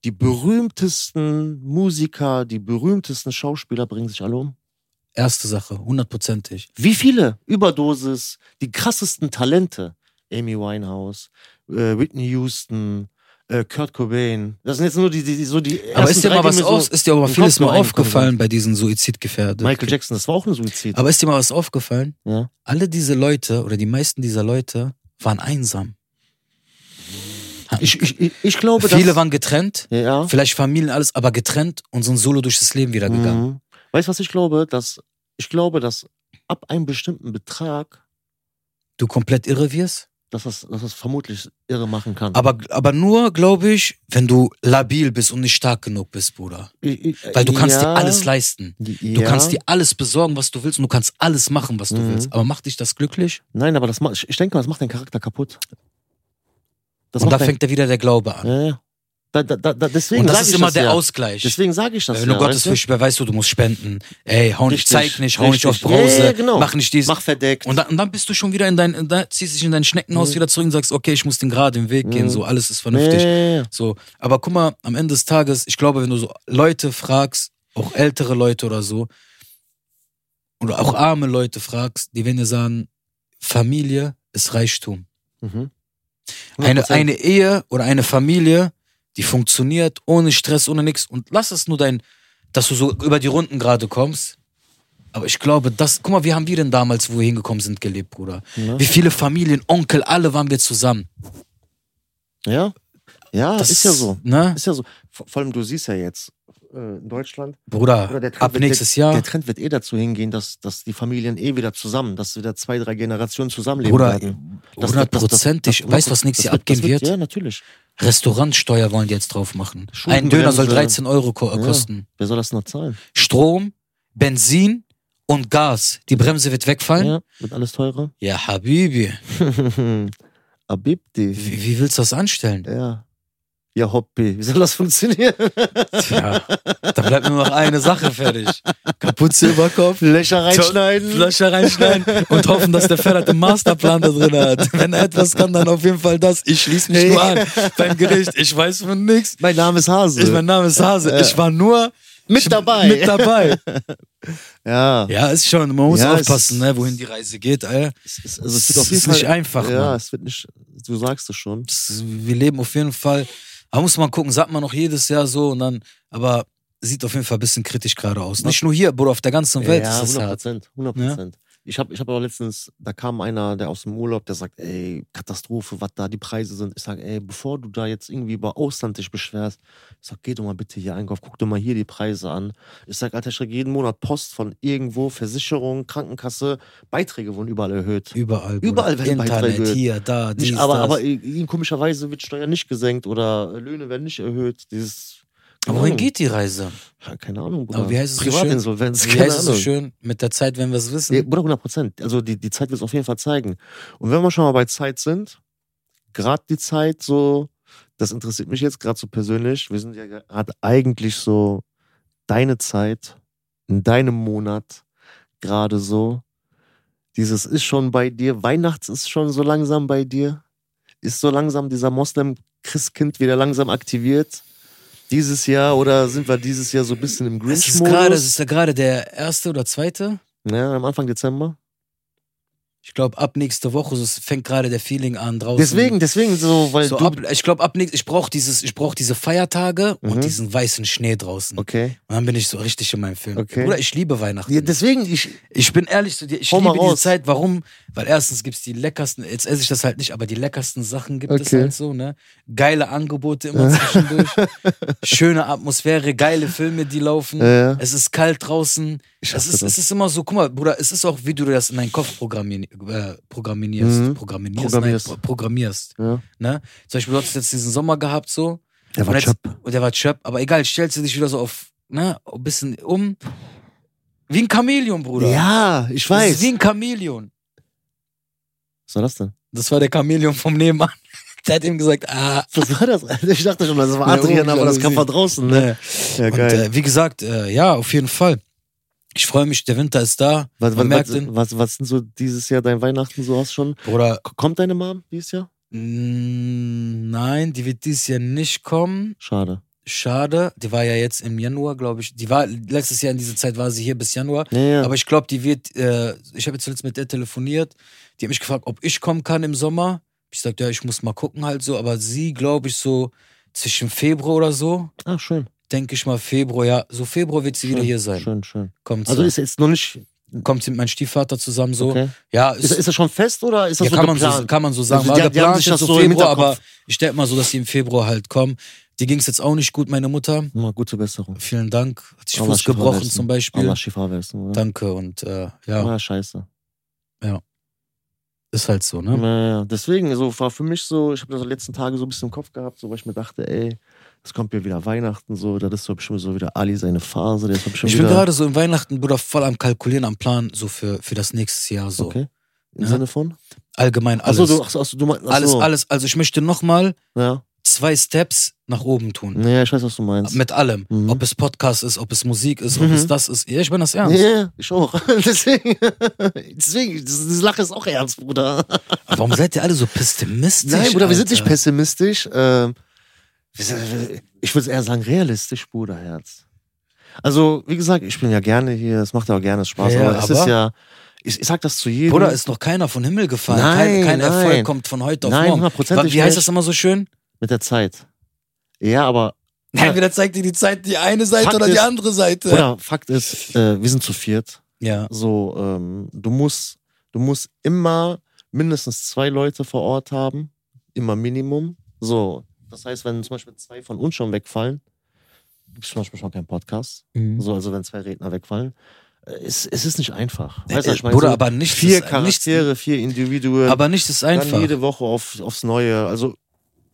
Speaker 2: die berühmtesten Musiker, die berühmtesten Schauspieler bringen sich alle um?
Speaker 1: Erste Sache, hundertprozentig.
Speaker 2: Wie viele Überdosis, die krassesten Talente? Amy Winehouse, äh, Whitney Houston, äh, Kurt Cobain. Das sind jetzt nur die, die, die so die.
Speaker 1: Aber
Speaker 2: ersten
Speaker 1: ist dir
Speaker 2: drei,
Speaker 1: mal
Speaker 2: die
Speaker 1: was
Speaker 2: mir so-
Speaker 1: aus, ist dir aber
Speaker 2: im
Speaker 1: vieles
Speaker 2: Kopf nur
Speaker 1: mal
Speaker 2: eingekommen
Speaker 1: aufgefallen bei diesen Suizidgefährden.
Speaker 2: Michael Jackson, das war auch ein Suizid.
Speaker 1: Aber ist dir mal was aufgefallen?
Speaker 2: Ja.
Speaker 1: Alle diese Leute oder die meisten dieser Leute waren einsam.
Speaker 2: Ich, ich, ich, ich glaube,
Speaker 1: Viele
Speaker 2: dass,
Speaker 1: waren getrennt,
Speaker 2: Ja.
Speaker 1: vielleicht Familien, alles, aber getrennt und sind solo durch das Leben wieder gegangen.
Speaker 2: Mhm. Weißt du, was ich glaube? Dass, ich glaube, dass ab einem bestimmten Betrag, Mhm.
Speaker 1: Du komplett irre wirst.
Speaker 2: dass das, dass das vermutlich irre machen kann.
Speaker 1: Aber, aber nur, glaube ich, wenn du labil bist und nicht stark genug bist, Bruder.
Speaker 2: Ich- ich-
Speaker 1: Weil du kannst
Speaker 2: ja.
Speaker 1: dir alles leisten. Du
Speaker 2: Ja.
Speaker 1: kannst dir alles besorgen, was du willst und du kannst alles machen, was du
Speaker 2: Mhm.
Speaker 1: willst. Aber macht dich das glücklich?
Speaker 2: Nein, aber das macht, ich- ich denke mal, das macht deinen Charakter kaputt. Das
Speaker 1: und da
Speaker 2: macht dein-
Speaker 1: fängt ja wieder der Glaube an.
Speaker 2: Ja, ja. Da, da, da, da, deswegen
Speaker 1: und das
Speaker 2: sag
Speaker 1: ist
Speaker 2: ich
Speaker 1: immer der
Speaker 2: ja.
Speaker 1: Ausgleich. Äh,
Speaker 2: Deswegen sage ich das
Speaker 1: Wenn du
Speaker 2: ja. weißt
Speaker 1: Gottesfürchtig weißt du, du musst spenden. Ey, hau nicht,
Speaker 2: Richtig,
Speaker 1: zeig nicht, hau nicht auf
Speaker 2: richtig.
Speaker 1: Brause,
Speaker 2: Ja, ja, genau.
Speaker 1: mach nicht dies.
Speaker 2: Mach verdeckt.
Speaker 1: und, dann, und dann bist du schon wieder in dein, in dein ziehst dich in dein Schneckenhaus
Speaker 2: Mhm.
Speaker 1: wieder zurück und sagst, okay, ich muss den geraden Weg gehen,
Speaker 2: Mhm.
Speaker 1: so, alles ist
Speaker 2: Ja,
Speaker 1: vernünftig.
Speaker 2: ja, ja.
Speaker 1: So, aber guck mal, am Ende des Tages, ich glaube, wenn du so Leute fragst, auch ältere Leute oder so, oder auch arme Leute fragst, die werden dir sagen, Familie ist Reichtum.
Speaker 2: Mhm.
Speaker 1: Eine,
Speaker 2: 100%.
Speaker 1: eine Ehe oder eine Familie, die funktioniert ohne Stress, ohne nichts. Und lass es nur dein, dass du so über die Runden gerade kommst. Aber ich glaube, das, guck mal, wie haben wir denn damals, wo wir hingekommen sind, gelebt, Bruder?
Speaker 2: Ja.
Speaker 1: Wie viele Familien, Onkel, alle waren wir zusammen.
Speaker 2: Ja, ja
Speaker 1: Das
Speaker 2: ist ja so.
Speaker 1: Ne?
Speaker 2: Ist ja so. Vor, vor allem, du siehst ja jetzt äh, in Deutschland, oder
Speaker 1: Bruder,
Speaker 2: der Trend
Speaker 1: ab
Speaker 2: wird-
Speaker 1: nächstes
Speaker 2: der,
Speaker 1: Jahr,
Speaker 2: der Trend wird eh dazu hingehen, dass, dass die Familien eh wieder zusammen, dass wieder zwei, drei Generationen zusammenleben
Speaker 1: Bruder,
Speaker 2: werden. Das- das- das-
Speaker 1: hundertprozentig.
Speaker 2: das-
Speaker 1: Weißt du, was nächstes
Speaker 2: das
Speaker 1: Jahr abgehen
Speaker 2: das
Speaker 1: wird?
Speaker 2: Ja, natürlich.
Speaker 1: Restaurantsteuer wollen die jetzt drauf machen. Ein
Speaker 2: Schuldenbremse.
Speaker 1: Döner soll 13 Euro ko
Speaker 2: Ja.
Speaker 1: kosten.
Speaker 2: Wer soll das noch zahlen?
Speaker 1: Strom, Benzin und Gas. Die Bremse wird wegfallen.
Speaker 2: Ja, wird alles teurer.
Speaker 1: Ja, Habibi,
Speaker 2: Abibdi.
Speaker 1: wie, wie willst du das anstellen?
Speaker 2: Ja. Ja, Hobby. Wie soll das funktionieren?
Speaker 1: Tja, da bleibt nur noch eine Sache fertig. Kapuze über Kopf,
Speaker 2: Löcher
Speaker 1: Flasche reinschneiden und hoffen, dass der Ferrat einen Masterplan da drin hat. Wenn er etwas kann, dann auf jeden Fall das. Ich schließe mich nur an beim Gericht. Ich weiß von nichts.
Speaker 2: Mein Name ist Hase.
Speaker 1: Ich, mein Name ist Hase. Ich war nur
Speaker 2: Mit
Speaker 1: ich,
Speaker 2: dabei.
Speaker 1: Mit dabei.
Speaker 2: ja.
Speaker 1: Ja, ist schon. Man muss
Speaker 2: Ja, es-
Speaker 1: aufpassen, ne, wohin die Reise geht. Alter.
Speaker 2: Es, es, also
Speaker 1: Es
Speaker 2: es wird auf
Speaker 1: ist
Speaker 2: jeden
Speaker 1: nicht
Speaker 2: Fall,
Speaker 1: einfach.
Speaker 2: Ja,
Speaker 1: Mann.
Speaker 2: es wird nicht. Du sagst es schon.
Speaker 1: Es- Wir leben auf jeden Fall. Da muss man gucken, sagt man noch jedes Jahr so und dann, aber sieht auf jeden Fall ein bisschen kritisch gerade aus. ne? Nicht nur hier, Bruder, auf der ganzen Welt
Speaker 2: ja,
Speaker 1: ist es
Speaker 2: 100
Speaker 1: hart.
Speaker 2: Prozent. 100 Prozent. Ich habe ich hab aber letztens, da kam einer, der aus dem Urlaub, der sagt, ey, Katastrophe, was da die Preise sind. Ich sage, ey, bevor du da jetzt irgendwie über Ausland dich beschwerst, ich sag, geh doch mal bitte hier einkaufen, guck dir mal hier die Preise an. Ich sag, Alter, ich krieg jeden Monat Post von irgendwo, Versicherung, Krankenkasse, Beiträge wurden überall erhöht.
Speaker 1: Überall. Bruder.
Speaker 2: Überall werden
Speaker 1: Internet,
Speaker 2: Beiträge-
Speaker 1: hier, da, dies,
Speaker 2: Nicht, aber,
Speaker 1: das.
Speaker 2: aber irgendwie komischerweise wird Steuer nicht gesenkt oder Löhne werden nicht erhöht. Dieses.
Speaker 1: Aber
Speaker 2: keine
Speaker 1: wohin
Speaker 2: Ahnung.
Speaker 1: geht die Reise?
Speaker 2: Ja, Keine Ahnung, Bruder.
Speaker 1: wie heißt es so schön?
Speaker 2: Privatinsolvenz,
Speaker 1: Wie
Speaker 2: keine
Speaker 1: heißt es so
Speaker 2: Ahnung.
Speaker 1: schön? Mit der Zeit werden wir es wissen.
Speaker 2: Ja, Bruder, 100 Prozent. Also die, die Zeit wird es auf jeden Fall zeigen. Und wenn wir schon mal bei Zeit sind, gerade die Zeit so, das interessiert mich jetzt gerade so persönlich. Wir sind ja gerade eigentlich so deine Zeit, in deinem Monat, gerade so. Dieses ist schon bei dir, Weihnachts ist schon so langsam bei dir. Ist so langsam dieser Moslem-Christkind wieder langsam aktiviert. Dieses Jahr oder sind wir dieses Jahr so ein bisschen im
Speaker 1: es ist gerade, es
Speaker 2: Grinch-Modus? Ne,
Speaker 1: ist ja gerade der erste oder zweite.
Speaker 2: Ja, am Anfang Dezember.
Speaker 1: Ich glaube, ab nächste Woche, so, es fängt gerade der Feeling an draußen.
Speaker 2: Deswegen, deswegen so, weil
Speaker 1: So
Speaker 2: du.
Speaker 1: ab, ich glaube, ab nächst, ich brauche dieses, ich brauch diese Feiertage
Speaker 2: Mhm.
Speaker 1: und diesen weißen Schnee draußen.
Speaker 2: okay.
Speaker 1: Und dann bin ich so richtig in meinem Film.
Speaker 2: Okay.
Speaker 1: Oder ich liebe Weihnachten.
Speaker 2: Ja, deswegen, ich.
Speaker 1: Ich bin ehrlich zu dir, ich
Speaker 2: Hau mal
Speaker 1: liebe diese
Speaker 2: raus.
Speaker 1: Zeit. Warum? Weil erstens gibt's die leckersten, jetzt esse ich das halt nicht, aber die leckersten Sachen gibt es
Speaker 2: Okay.
Speaker 1: halt so, ne? Geile Angebote immer zwischendurch. Schöne Atmosphäre, geile Filme, die laufen.
Speaker 2: Ja, ja.
Speaker 1: Es ist kalt draußen. Es
Speaker 2: Äh. hasse
Speaker 1: ist,
Speaker 2: das.
Speaker 1: es ist immer so, guck mal, Bruder, es ist auch, wie du das in deinen Kopf programmier, äh, programmierst.
Speaker 2: Mhm.
Speaker 1: Programmierst,
Speaker 2: Programmierst.
Speaker 1: Nein, pro programmierst.
Speaker 2: Ja.
Speaker 1: Ne? Zum Beispiel, du hast jetzt diesen Sommer gehabt, so.
Speaker 2: Der war
Speaker 1: und jetzt,
Speaker 2: Chöp.
Speaker 1: und der war Chöp, aber egal, stellst du dich wieder so auf, ne, ein bisschen um. Wie ein Chamäleon, Bruder.
Speaker 2: Ja, ich
Speaker 1: Das
Speaker 2: weiß.
Speaker 1: ist wie ein Chamäleon.
Speaker 2: Was war das denn?
Speaker 1: Das war der Chamäleon vom Nebenan. Der hat ihm gesagt, ah.
Speaker 2: Was war das? Ich dachte schon, das war
Speaker 1: Ja,
Speaker 2: Adrian, aber das
Speaker 1: unglaublich.
Speaker 2: kam von draußen, ne?
Speaker 1: Ne.
Speaker 2: Ja,
Speaker 1: Und äh, wie gesagt, äh, ja, auf jeden Fall. Ich freue mich, der Winter ist da.
Speaker 2: was, was,
Speaker 1: man merkt
Speaker 2: was,
Speaker 1: den-
Speaker 2: was, was sind so dieses Jahr dein Weihnachten so hast schon?
Speaker 1: Bruder,
Speaker 2: K- Kommt deine Mom dieses Jahr?
Speaker 1: mh, nein, die wird dieses Jahr nicht kommen.
Speaker 2: Schade.
Speaker 1: Schade. Die war ja jetzt im Januar, glaube ich. Die war, letztes Jahr in dieser Zeit war sie hier bis Januar.
Speaker 2: Ja, ja.
Speaker 1: Aber ich glaube, die wird, äh, ich habe jetzt zuletzt mit der telefoniert, die hat mich gefragt, ob ich kommen kann im Sommer. Ich sagte, ja, ich muss mal gucken halt so, aber sie, glaube ich, so zwischen Februar oder so,
Speaker 2: ah, schön.
Speaker 1: denke ich mal Februar, ja, so Februar wird sie
Speaker 2: schön,
Speaker 1: wieder hier sein.
Speaker 2: Schön, schön.
Speaker 1: Kommt,
Speaker 2: Also
Speaker 1: sie,
Speaker 2: ist jetzt noch nicht.
Speaker 1: kommt sie mit meinem Stiefvater zusammen so.
Speaker 2: Okay.
Speaker 1: Ja,
Speaker 2: Ist, ist das schon fest oder ist das
Speaker 1: ja,
Speaker 2: so
Speaker 1: kann, man
Speaker 2: geplant?
Speaker 1: so, kann man so sagen.
Speaker 2: Also
Speaker 1: War
Speaker 2: die- die haben
Speaker 1: geplant
Speaker 2: sich
Speaker 1: jetzt
Speaker 2: das
Speaker 1: so
Speaker 2: so im
Speaker 1: Februar, aber
Speaker 2: Hinterkopf.
Speaker 1: ich denke mal so, dass sie im Februar halt kommen. Die ging es jetzt auch nicht gut, meine Mutter.
Speaker 2: Mal gute Besserung.
Speaker 1: Vielen Dank. Hat sich
Speaker 2: Allah
Speaker 1: Fuß
Speaker 2: Schiffer
Speaker 1: gebrochen
Speaker 2: wälzen.
Speaker 1: zum
Speaker 2: Allah
Speaker 1: Beispiel.
Speaker 2: Schiffer wälzen, oder?
Speaker 1: Danke und äh, ja,
Speaker 2: Ah, scheiße.
Speaker 1: ist halt so, ne?
Speaker 2: Ja, ja. Deswegen, so war für mich so, ich habe das die letzten Tage so ein bisschen im Kopf gehabt, so weil ich mir dachte, ey, es kommt ja wieder Weihnachten, so, da ist so bestimmt so wieder Ali seine Phase, der ist so bestimmt
Speaker 1: Ich bin
Speaker 2: wieder.
Speaker 1: gerade so im Weihnachten, Bruder, voll am Kalkulieren, am Plan, so für, für das nächste Jahr, so.
Speaker 2: Okay. Im
Speaker 1: Ja.
Speaker 2: Sinne von?
Speaker 1: Allgemein alles.
Speaker 2: Achso, du, achso, achso, du meinst. Achso,
Speaker 1: alles, alles. Also ich möchte nochmal
Speaker 2: Ja.
Speaker 1: zwei Steps nach oben tun.
Speaker 2: Naja, ich weiß, was du meinst.
Speaker 1: Mit allem.
Speaker 2: Mhm.
Speaker 1: Ob es Podcast ist, ob es Musik ist, ob
Speaker 2: Mhm.
Speaker 1: es das ist. Ja, ich bin das
Speaker 2: ja,
Speaker 1: ernst.
Speaker 2: ja, ich auch. deswegen, deswegen, das- das Lache ist auch ernst, Bruder.
Speaker 1: Aber warum seid ihr alle so pessimistisch?
Speaker 2: Nein, Bruder, wir sind nicht
Speaker 1: Alter?
Speaker 2: pessimistisch. Ähm, wir sind- äh, ich würde eher sagen, realistisch, Bruderherz. Also, wie gesagt, ich bin ja gerne hier, es macht ja auch gerne Spaß,
Speaker 1: Ja,
Speaker 2: aber, es ist
Speaker 1: aber-
Speaker 2: ja, ich, ich sag das zu jedem.
Speaker 1: Bruder, ist noch keiner von Himmel gefallen.
Speaker 2: Nein,
Speaker 1: kein kein
Speaker 2: nein.
Speaker 1: Erfolg kommt von heute auf
Speaker 2: Nein,
Speaker 1: morgen.
Speaker 2: hundertprozentig
Speaker 1: Wie heißt
Speaker 2: nicht.
Speaker 1: das immer so schön?
Speaker 2: mit der Zeit. Ja, aber, Ja.
Speaker 1: Entweder zeigt dir die Zeit die eine Seite
Speaker 2: Fakt
Speaker 1: oder die
Speaker 2: ist-
Speaker 1: andere Seite.
Speaker 2: Bruder, Fakt ist, äh, wir sind zu viert.
Speaker 1: Ja.
Speaker 2: So, ähm, du musst, du musst immer mindestens zwei Leute vor Ort haben. Immer Minimum. So. Das heißt, wenn zum Beispiel zwei von uns schon wegfallen, gibt's zum Beispiel schon keinen Podcast.
Speaker 1: Äh,
Speaker 2: So, also wenn zwei Redner wegfallen. Äh, Es, es ist nicht einfach. Weißt du, was ich meine?
Speaker 1: Äh, Bruder,
Speaker 2: So
Speaker 1: aber nichts
Speaker 2: vier
Speaker 1: ist, nichts,
Speaker 2: Charaktere, vier Individuen,
Speaker 1: aber nichts ist
Speaker 2: dann
Speaker 1: einfach.
Speaker 2: jede Woche auf, aufs Neue. Also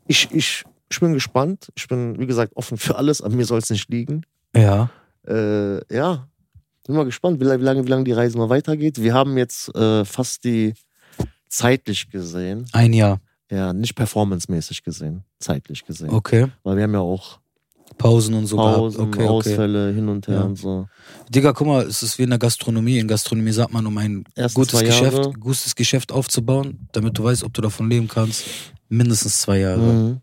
Speaker 2: ich, ich, ich bin gespannt. Ich bin, wie gesagt, offen für alles, an mir soll es nicht liegen.
Speaker 1: Ja.
Speaker 2: Äh, ja, bin mal gespannt, wie, la- wie, lange, wie lange die Reise noch weitergeht. Wir haben jetzt äh, fast die zeitlich gesehen,
Speaker 1: Ein Jahr.
Speaker 2: ja, nicht performancemäßig gesehen, zeitlich gesehen.
Speaker 1: Okay.
Speaker 2: Weil wir haben ja auch
Speaker 1: Pausen und so
Speaker 2: Pausen,
Speaker 1: gehabt. Oh. Okay, okay.
Speaker 2: Ausfälle hin und her
Speaker 1: Ja.
Speaker 2: und so.
Speaker 1: Digga, guck mal, es ist wie in der Gastronomie. In Gastronomie sagt man, um ein
Speaker 2: Erst
Speaker 1: gutes
Speaker 2: zwei Jahre.
Speaker 1: Geschäft, gutes Geschäft aufzubauen, damit du weißt, ob du davon leben kannst, mindestens zwei Jahre.
Speaker 2: Mhm.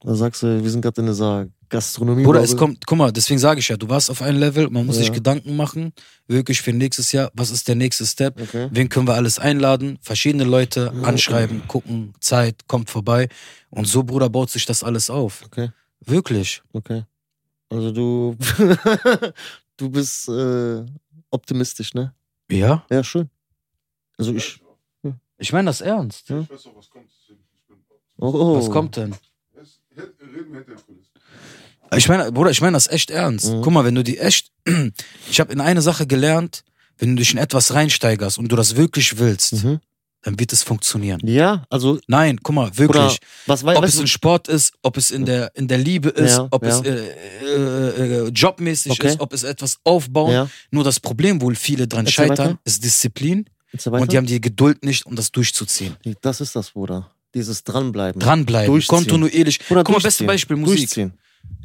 Speaker 2: Da sagst du, wir sind gerade in dieser Gastronomie.
Speaker 1: Bruder,
Speaker 2: glaube
Speaker 1: es
Speaker 2: ich.
Speaker 1: kommt, guck mal, deswegen sage ich ja, du warst auf einem Level, man muss
Speaker 2: Ja.
Speaker 1: sich Gedanken machen, wirklich für nächstes Jahr, was ist der nächste Step?
Speaker 2: Okay.
Speaker 1: Wen können wir alles einladen? Verschiedene Leute
Speaker 2: Mhm.
Speaker 1: anschreiben, gucken, Zeit, kommt vorbei. Und so, Bruder, baut sich das alles auf.
Speaker 2: Okay.
Speaker 1: Wirklich.
Speaker 2: Okay. Also du, du bist äh, optimistisch, ne?
Speaker 1: Ja?
Speaker 2: Ja, schön. Also ich.
Speaker 1: Ich meine das ernst.
Speaker 2: Ja.
Speaker 3: Ich weiß auch, was kommt. deswegen, Ich bin
Speaker 2: Oh, oh.
Speaker 1: Was kommt denn?
Speaker 3: es, hit- reden hinter den Kulissen.
Speaker 1: Ich meine, Bruder, ich meine das echt ernst.
Speaker 2: Mhm.
Speaker 1: Guck mal, wenn du die echt, ich habe in eine Sache gelernt, wenn du dich in etwas reinsteigerst und du das wirklich willst,
Speaker 2: Mhm.
Speaker 1: dann wird es funktionieren.
Speaker 2: Ja, also
Speaker 1: Nein, guck mal,
Speaker 2: oder
Speaker 1: wirklich.
Speaker 2: was wei-
Speaker 1: ob
Speaker 2: weißt
Speaker 1: es in Sport ist, ob es in der, in der Liebe ist,
Speaker 2: Ja,
Speaker 1: ob
Speaker 2: ja.
Speaker 1: es äh, äh, äh, jobmäßig
Speaker 2: Okay.
Speaker 1: ist, ob es etwas aufbauen.
Speaker 2: ja.
Speaker 1: Nur das Problem, wo viele dran
Speaker 2: Erzähl
Speaker 1: scheitern,
Speaker 2: weiter.
Speaker 1: ist Disziplin
Speaker 2: Jetzt
Speaker 1: und die haben die Geduld nicht, um das durchzuziehen.
Speaker 2: das ist das, Bruder. Dieses dranbleiben.
Speaker 1: Dranbleiben,
Speaker 2: Mhm. Durchziehen.
Speaker 1: kontinuierlich.
Speaker 2: Bruder,
Speaker 1: Guck mal, beste
Speaker 2: durchziehen.
Speaker 1: Beispiel, Musik.
Speaker 2: Durchziehen.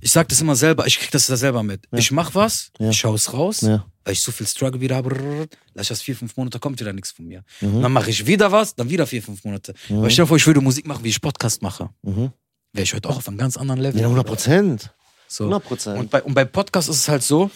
Speaker 1: ich sag das immer selber, ich krieg das da selber mit.
Speaker 2: Ja.
Speaker 1: Ich mach was,
Speaker 2: Ja.
Speaker 1: ich hau's raus,
Speaker 2: Ja.
Speaker 1: weil ich so viel Struggle wieder habe, brrr, lass ich das vier, fünf Monate, kommt wieder nichts von mir.
Speaker 2: Mhm.
Speaker 1: Dann mache ich wieder was, dann wieder vier, fünf Monate.
Speaker 2: Mhm.
Speaker 1: Aber stell dir vor, ich würde Musik machen, wie ich Podcast mache.
Speaker 2: Mhm.
Speaker 1: Wäre ich heute auch auf einem ganz anderen Level.
Speaker 2: Ja, 100 Prozent.
Speaker 1: So.
Speaker 2: 100 Prozent.
Speaker 1: Und, bei, und bei Podcast ist es halt so,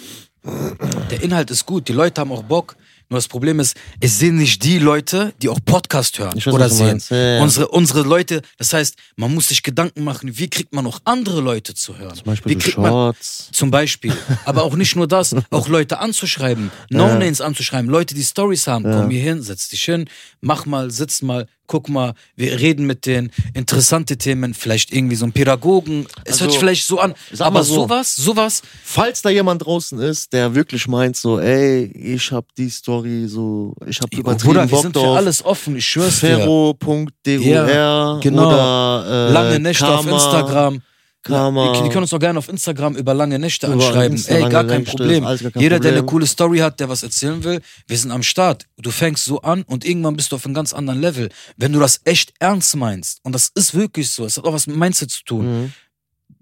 Speaker 1: der Inhalt ist gut, die Leute haben auch Bock, Nur das Problem ist, es sehen nicht die Leute, die auch Podcast hören
Speaker 2: Ich weiß,
Speaker 1: oder
Speaker 2: was du
Speaker 1: sehen.
Speaker 2: meinst. Ja, ja.
Speaker 1: Unsere, unsere Leute, das heißt, man muss sich Gedanken machen, wie kriegt man auch andere Leute zu hören?
Speaker 2: Zum Beispiel
Speaker 1: wie
Speaker 2: so
Speaker 1: kriegt man-
Speaker 2: Shorts.
Speaker 1: Zum Beispiel. Aber auch nicht nur das, auch Leute anzuschreiben, No-Names anzuschreiben, Leute, die Stories haben. Komm hier hin, setz dich hin, mach mal, sitz mal, guck mal, wir reden mit denen, interessante Themen, vielleicht irgendwie so einen Pädagogen. Es hört
Speaker 2: Also,
Speaker 1: sich vielleicht so an,
Speaker 2: sag mal
Speaker 1: aber
Speaker 2: so.
Speaker 1: sowas, sowas,
Speaker 2: Falls da jemand draußen ist, der wirklich meint so, ey, ich hab die Story so, ich hab übertrieben
Speaker 1: Bruder, wir
Speaker 2: Bock
Speaker 1: sind für
Speaker 2: drauf.
Speaker 1: alles offen, ich schwör's dir.
Speaker 2: Ferro.dur
Speaker 1: Ja, genau.
Speaker 2: oder äh,
Speaker 1: Lange Nächte auf
Speaker 2: Karma.
Speaker 1: Instagram.
Speaker 2: Karma.
Speaker 1: Die, die können uns auch gerne auf Instagram über lange Nächte
Speaker 2: Über
Speaker 1: anschreiben.
Speaker 2: Insta,
Speaker 1: Ey,
Speaker 2: lange
Speaker 1: gar kein
Speaker 2: Nächte,
Speaker 1: Problem.
Speaker 2: ist alles gar kein
Speaker 1: Jeder, der eine
Speaker 2: Problem.
Speaker 1: coole Story hat, der was erzählen will, wir sind am Start. Du fängst so an und irgendwann bist du auf einem ganz anderen Level. Wenn du das echt ernst meinst, und das ist wirklich so, es hat auch was mit Mindset zu tun.
Speaker 2: Mhm.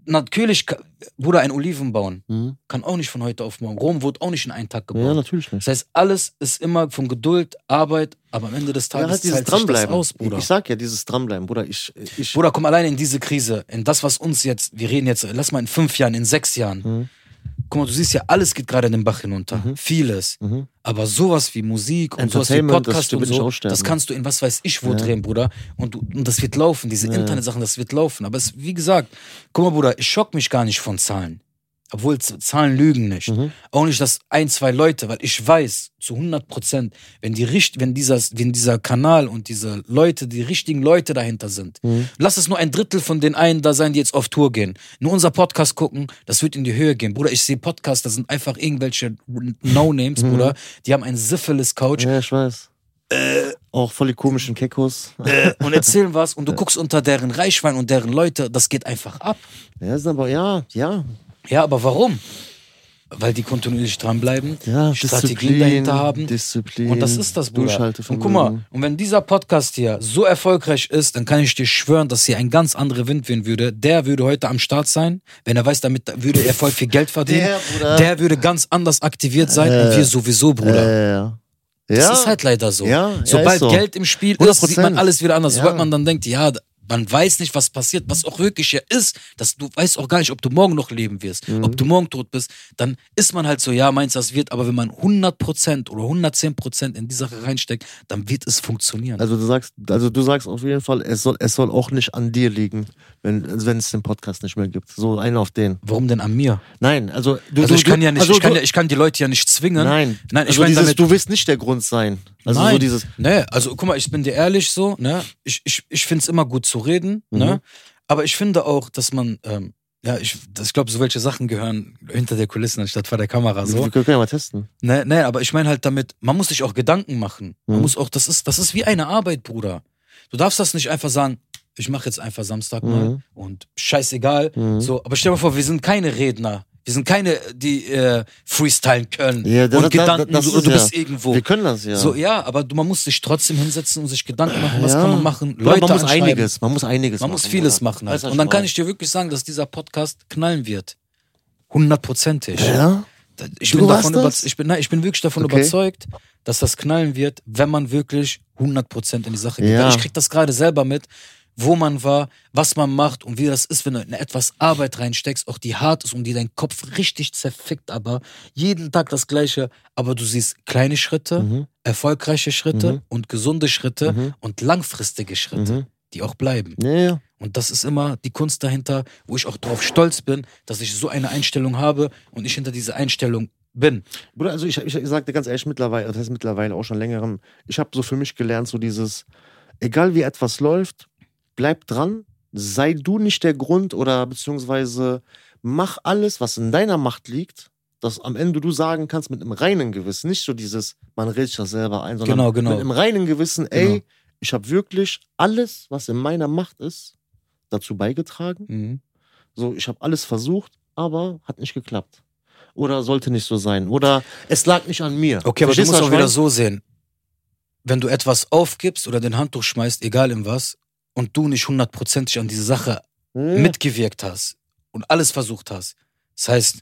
Speaker 1: Natürlich, ka- Bruder, ein Oliven bauen
Speaker 2: Mhm.
Speaker 1: kann auch nicht von heute auf morgen. Rom wurde auch nicht in einen Tag
Speaker 2: Ja,
Speaker 1: gebaut.
Speaker 2: natürlich nicht.
Speaker 1: das heißt, alles ist immer von Geduld, Arbeit, aber am Ende des
Speaker 2: Ja,
Speaker 1: Tages
Speaker 2: halt dieses
Speaker 1: zahlt sich das
Speaker 2: Dranbleiben.
Speaker 1: aus, Bruder.
Speaker 2: Ich sag ja, dieses Dranbleiben, Bruder. Ich, ich,
Speaker 1: Bruder, komm alleine in diese Krise, in das, was uns jetzt, wir reden jetzt, lass mal in fünf Jahren, in sechs Jahren.
Speaker 2: Mhm.
Speaker 1: Guck mal, du siehst ja, alles geht gerade den Bach hinunter. Vieles.
Speaker 2: Mhm.
Speaker 1: Aber sowas wie Musik und sowas wie
Speaker 2: Entertainment, das
Speaker 1: Podcast und
Speaker 2: wird nicht
Speaker 1: so,
Speaker 2: aussterben.
Speaker 1: das kannst du in was weiß ich wo drehen, Bruder. Und, du, und das wird laufen, diese Internetsachen, das wird laufen. Aber es, wie gesagt, guck mal, Bruder, ich schock mich gar nicht von Zahlen. Obwohl Z- Zahlen lügen nicht.
Speaker 2: Mhm.
Speaker 1: Auch nicht, dass ein, zwei Leute, weil ich weiß zu 100 Prozent, wenn, die richt- wenn, dieser, wenn dieser Kanal und diese Leute, die richtigen Leute dahinter sind,
Speaker 2: Mhm.
Speaker 1: lass es nur ein Drittel von den einen da sein, die jetzt auf Tour gehen. Nur unser Podcast gucken, das wird in die Höhe gehen. Bruder, ich sehe Podcasts, da sind einfach irgendwelche No-Names, Bruder. Die haben einen Syphilis-Couch
Speaker 2: Mhm. ja, ich weiß. Auch voll die komischen Kekos.
Speaker 1: äh, und erzählen was und du guckst unter deren Reichwein und deren Leute, das geht einfach ab.
Speaker 2: Ja, sind aber, ja, ja.
Speaker 1: Ja, aber warum? Weil die kontinuierlich dranbleiben,
Speaker 2: ja
Speaker 1: Strategien dahinter haben.
Speaker 2: Disziplin.
Speaker 1: Und das ist das, Bruder. Und
Speaker 2: Durchhaltevermögen.
Speaker 1: guck mal, und wenn dieser Podcast hier so erfolgreich ist, dann kann ich dir schwören, dass hier ein ganz anderer Wind wehen würde. Der würde heute am Start sein, wenn er weiß, damit würde er voll viel Geld verdienen.
Speaker 2: Der, Bruder.
Speaker 1: Der würde ganz anders aktiviert sein und wir sowieso, Bruder.
Speaker 2: Äh, ja.
Speaker 1: das
Speaker 2: ja.
Speaker 1: ist halt leider so.
Speaker 2: Ja, ja,
Speaker 1: Sobald
Speaker 2: ist so.
Speaker 1: Geld im Spiel ist, sieht man
Speaker 2: 100%.
Speaker 1: alles wieder anders.
Speaker 2: Ja.
Speaker 1: Sobald man dann denkt, ja, man weiß nicht, was passiert, was auch wirklich hier ist, dass du weißt auch gar nicht, ob du morgen noch leben wirst,
Speaker 2: Mhm.
Speaker 1: ob du morgen tot bist, dann ist man halt so, ja, meinst das wird, aber wenn man 100% oder 110% in die Sache reinsteckt, dann wird es funktionieren.
Speaker 2: Also du sagst, also du sagst auf jeden Fall, es soll, es soll auch nicht an dir liegen, wenn, also wenn es den Podcast nicht mehr gibt. So einen auf den.
Speaker 1: Warum denn an mir?
Speaker 2: Nein, also du,
Speaker 1: Also
Speaker 2: du,
Speaker 1: ich kann
Speaker 2: du,
Speaker 1: ja nicht,
Speaker 2: also
Speaker 1: ich kann
Speaker 2: du,
Speaker 1: ja, ich kann die Leute ja nicht zwingen.
Speaker 2: Nein,
Speaker 1: nein, ich
Speaker 2: also
Speaker 1: meine
Speaker 2: dieses,
Speaker 1: damit,
Speaker 2: du willst nicht der Grund sein. Also
Speaker 1: Nein.
Speaker 2: so dieses,
Speaker 1: Nee, also guck mal, ich bin dir ehrlich so, ne? Ich, ich, ich finde es immer gut zu reden,
Speaker 2: Mhm.
Speaker 1: ne? Aber ich finde auch, dass man, ähm, ja, ich, das- ich glaube, so welche Sachen gehören hinter der Kulissen anstatt vor der Kamera so.
Speaker 2: also wir können ja mal testen.
Speaker 1: Ne, ne, aber ich meine halt damit, man muss sich auch Gedanken machen. Man
Speaker 2: Mhm.
Speaker 1: muss auch, das ist, das ist wie eine Arbeit, Bruder. Du darfst das nicht einfach sagen, ich mache jetzt einfach Samstag mal
Speaker 2: Mhm.
Speaker 1: und scheißegal. So, aber stell dir mal vor, wir sind keine Redner. Wir sind keine, die äh, freestylen können.
Speaker 2: Ja, das-
Speaker 1: und
Speaker 2: das-
Speaker 1: Gedanken,
Speaker 2: das
Speaker 1: so,
Speaker 2: ist
Speaker 1: du
Speaker 2: ja.
Speaker 1: bist irgendwo.
Speaker 2: Wir können das ja.
Speaker 1: So, ja, aber du, man muss sich trotzdem hinsetzen und sich Gedanken machen, was
Speaker 2: ja.
Speaker 1: kann man machen.
Speaker 2: Oder
Speaker 1: Leute
Speaker 2: man muss
Speaker 1: anschreiben.
Speaker 2: einiges, man muss einiges
Speaker 1: Man
Speaker 2: machen.
Speaker 1: muss vieles
Speaker 2: Bruder.
Speaker 1: machen. Halt.
Speaker 2: Weißt du,
Speaker 1: Und
Speaker 2: was
Speaker 1: dann kann ich dir wirklich sagen, dass dieser Podcast knallen wird. Hundertprozentig.
Speaker 2: meine? Ja?
Speaker 1: Ich
Speaker 2: Du
Speaker 1: bin, davon
Speaker 2: warst
Speaker 1: über,
Speaker 2: das?
Speaker 1: ich, bin, nein, ich bin wirklich davon
Speaker 2: Okay.
Speaker 1: überzeugt, dass das knallen wird, wenn man wirklich 100% in die Sache geht.
Speaker 2: Ja.
Speaker 1: Weil ich krieg das gerade selber mit, wo man war, was man macht und wie das ist, wenn du in etwas Arbeit reinsteckst, auch die hart ist und die dein Kopf richtig zerfickt, aber jeden Tag das Gleiche. Aber du siehst kleine
Speaker 2: Mhm.
Speaker 1: Schritte, erfolgreiche Schritte und gesunde Schritte und langfristige Schritte,
Speaker 2: Mhm.
Speaker 1: die auch bleiben.
Speaker 2: Ja, ja.
Speaker 1: Und das ist immer die Kunst dahinter, wo ich auch drauf stolz bin, dass ich so eine Einstellung habe und ich hinter dieser Einstellung bin.
Speaker 2: Bruder, also ich, ich, ich sag dir ganz ehrlich, mittlerweile, das heißt mittlerweile auch schon längerem, ich habe so für mich gelernt, so dieses, egal wie etwas läuft, bleib dran, sei du nicht der Grund oder beziehungsweise mach alles, was in deiner Macht liegt, dass am Ende du sagen kannst mit einem reinen Gewissen, nicht so dieses, man redet sich das selber ein, sondern
Speaker 1: Genau, genau.
Speaker 2: mit einem reinen Gewissen, ey,
Speaker 1: Genau.
Speaker 2: ich habe wirklich alles, was in meiner Macht ist, dazu beigetragen. So, ich habe alles versucht, aber hat nicht geklappt. Oder sollte nicht so sein. Oder es lag nicht an mir.
Speaker 1: Okay, aber du
Speaker 2: Verstehst
Speaker 1: musst
Speaker 2: was
Speaker 1: auch
Speaker 2: ich
Speaker 1: wieder
Speaker 2: meine?
Speaker 1: so sehen. Wenn du etwas aufgibst oder den Handtuch schmeißt, egal in was, und du nicht hundertprozentig an diese Sache
Speaker 2: Ja.
Speaker 1: mitgewirkt hast und alles versucht hast, das heißt,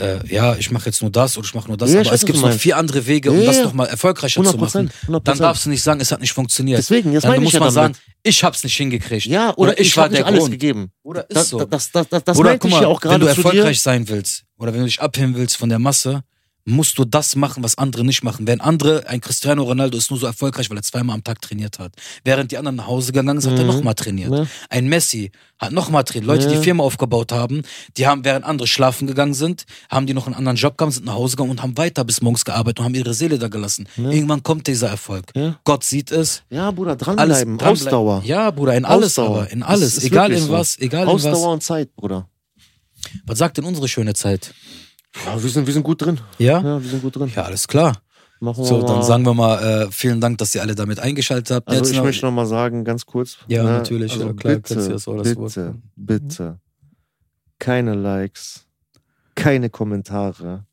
Speaker 1: äh, ja, ich mache jetzt nur das oder ich mache nur das,
Speaker 2: Ja, ich
Speaker 1: aber
Speaker 2: weiß,
Speaker 1: es
Speaker 2: was
Speaker 1: gibt
Speaker 2: du
Speaker 1: noch
Speaker 2: meinst.
Speaker 1: vier andere Wege, um
Speaker 2: Ja,
Speaker 1: das
Speaker 2: ja.
Speaker 1: nochmal erfolgreicher zu
Speaker 2: 100%.
Speaker 1: machen. Dann darfst du nicht sagen, es hat nicht funktioniert.
Speaker 2: Deswegen, jetzt
Speaker 1: Dann
Speaker 2: meine
Speaker 1: muss
Speaker 2: ich ja
Speaker 1: man
Speaker 2: damit.
Speaker 1: sagen, ich hab's nicht hingekriegt.
Speaker 2: ja, oder ich,
Speaker 1: war
Speaker 2: habe nicht
Speaker 1: der
Speaker 2: alles
Speaker 1: Grund.
Speaker 2: gegeben.
Speaker 1: Oder ist
Speaker 2: Das,
Speaker 1: so.
Speaker 2: das, das, das, das
Speaker 1: Oder
Speaker 2: meinte
Speaker 1: guck
Speaker 2: ich
Speaker 1: mal,
Speaker 2: ja auch
Speaker 1: wenn du
Speaker 2: gerade zu
Speaker 1: erfolgreich
Speaker 2: dir.
Speaker 1: sein willst oder wenn du dich abheben willst von der Masse musst du das machen, was andere nicht machen. Während andere, ein Cristiano Ronaldo ist nur so erfolgreich, weil er zweimal am Tag trainiert hat. Während die anderen nach Hause gegangen sind, hat er
Speaker 2: Mhm.
Speaker 1: nochmal trainiert.
Speaker 2: Ja.
Speaker 1: Ein Messi hat nochmal trainiert. Leute,
Speaker 2: Ja.
Speaker 1: die Firma aufgebaut haben, die haben, während andere schlafen gegangen sind, haben die noch einen anderen Job gehabt, sind nach Hause gegangen und haben weiter bis morgens gearbeitet und haben ihre Seele da gelassen. Irgendwann kommt dieser Erfolg.
Speaker 2: Ja.
Speaker 1: Gott sieht es.
Speaker 2: Ja, Bruder,
Speaker 1: Alles
Speaker 2: dranbleiben,
Speaker 1: dranbleiben.
Speaker 2: Ausdauer.
Speaker 1: Ja, Bruder, in alles,
Speaker 2: Ausdauer.
Speaker 1: aber in
Speaker 2: Das
Speaker 1: alles.
Speaker 2: ist
Speaker 1: Egal
Speaker 2: wirklich
Speaker 1: in
Speaker 2: so.
Speaker 1: was, egal in
Speaker 2: Ausdauer
Speaker 1: was.
Speaker 2: und Zeit, Bruder.
Speaker 1: Was sagt denn unsere schöne Zeit?
Speaker 2: Ja, wir, sind, wir sind gut drin.
Speaker 1: Ja?
Speaker 2: Ja, wir sind gut drin.
Speaker 1: Ja, alles klar.
Speaker 2: Machen wir
Speaker 1: So,
Speaker 2: mal.
Speaker 1: dann sagen wir mal, äh, vielen Dank, dass ihr alle damit eingeschaltet habt.
Speaker 2: also
Speaker 1: Jetzt
Speaker 2: ich
Speaker 1: noch-
Speaker 2: möchte nochmal sagen, ganz kurz.
Speaker 1: Ja, natürlich,
Speaker 2: Also
Speaker 1: ja, klar,
Speaker 2: bitte,
Speaker 1: kannst du das auch Mhm. das Wort
Speaker 2: bitte,
Speaker 1: geben.
Speaker 2: bitte. Keine Likes, keine Kommentare.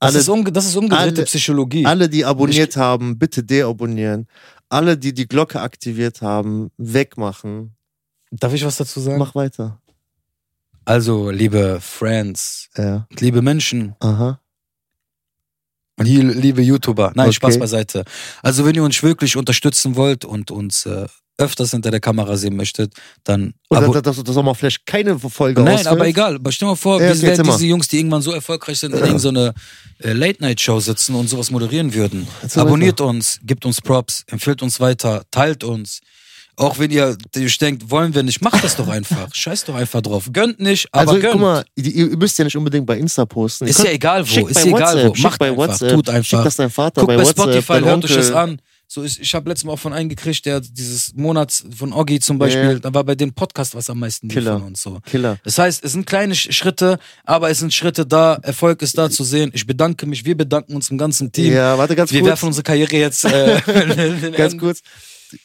Speaker 1: das,
Speaker 2: Alle,
Speaker 1: ist umge das ist umgedrehte
Speaker 2: alle-
Speaker 1: Psychologie.
Speaker 2: alle die abonniert haben, bitte deabonnieren. Alle, die die Glocke aktiviert haben, wegmachen.
Speaker 1: Darf ich was dazu sagen?
Speaker 2: Mach weiter.
Speaker 1: Also, liebe Friends,
Speaker 2: Ja.
Speaker 1: liebe Menschen,
Speaker 2: Aha.
Speaker 1: li- liebe YouTuber, nein,
Speaker 2: Okay.
Speaker 1: Spaß beiseite. Also, wenn ihr uns wirklich unterstützen wollt und uns äh, öfters hinter der Kamera sehen möchtet, dann
Speaker 2: Oder
Speaker 1: abo-
Speaker 2: dass das, das auch mal vielleicht keine Folge
Speaker 1: Nein,
Speaker 2: ausfällt.
Speaker 1: aber egal. Aber stell mal vor,
Speaker 2: Ja,
Speaker 1: wir
Speaker 2: okay,
Speaker 1: wären
Speaker 2: erzähl mal.
Speaker 1: diese Jungs, die irgendwann so erfolgreich sind, in irgendeiner äh, Late-Night-Show sitzen und sowas moderieren würden.
Speaker 2: Erzähl
Speaker 1: Abonniert uns, gibt uns Props, empfiehlt uns weiter, teilt uns. Auch wenn ihr euch denkt, wollen wir nicht, macht das doch einfach. Scheiß doch einfach drauf. Gönnt nicht, aber
Speaker 2: Also
Speaker 1: gönnt.
Speaker 2: guck mal, ihr, ihr müsst ja nicht unbedingt bei Insta posten. Ihr
Speaker 1: ist
Speaker 2: könnt-
Speaker 1: ja egal wo,
Speaker 2: Schickt
Speaker 1: ist
Speaker 2: bei
Speaker 1: egal
Speaker 2: WhatsApp,
Speaker 1: wo.
Speaker 2: schickt
Speaker 1: Macht
Speaker 2: bei
Speaker 1: einfach,
Speaker 2: WhatsApp,
Speaker 1: tut
Speaker 2: Schickt
Speaker 1: einfach.
Speaker 2: das dein Vater
Speaker 1: Guckt
Speaker 2: bei,
Speaker 1: bei,
Speaker 2: WhatsApp,
Speaker 1: Spotify,
Speaker 2: dein
Speaker 1: hört euch das
Speaker 2: Onkel.
Speaker 1: an. So ist, ich habe letztes Mal auch von einem gekriegt, der dieses Monats von Oggi zum Beispiel,
Speaker 2: Ja.
Speaker 1: da war bei dem Podcast was am meisten lief
Speaker 2: Killer.
Speaker 1: von uns so.
Speaker 2: Killer.
Speaker 1: Das heißt, es sind kleine Sch- Schritte, aber es sind Schritte da. Erfolg ist da zu sehen. Ich bedanke mich, wir bedanken uns im ganzen Team.
Speaker 2: Ja, warte ganz
Speaker 1: wir
Speaker 2: kurz.
Speaker 1: werfen unsere Karriere jetzt. Äh, in den
Speaker 2: ganz
Speaker 1: Enden.
Speaker 2: kurz.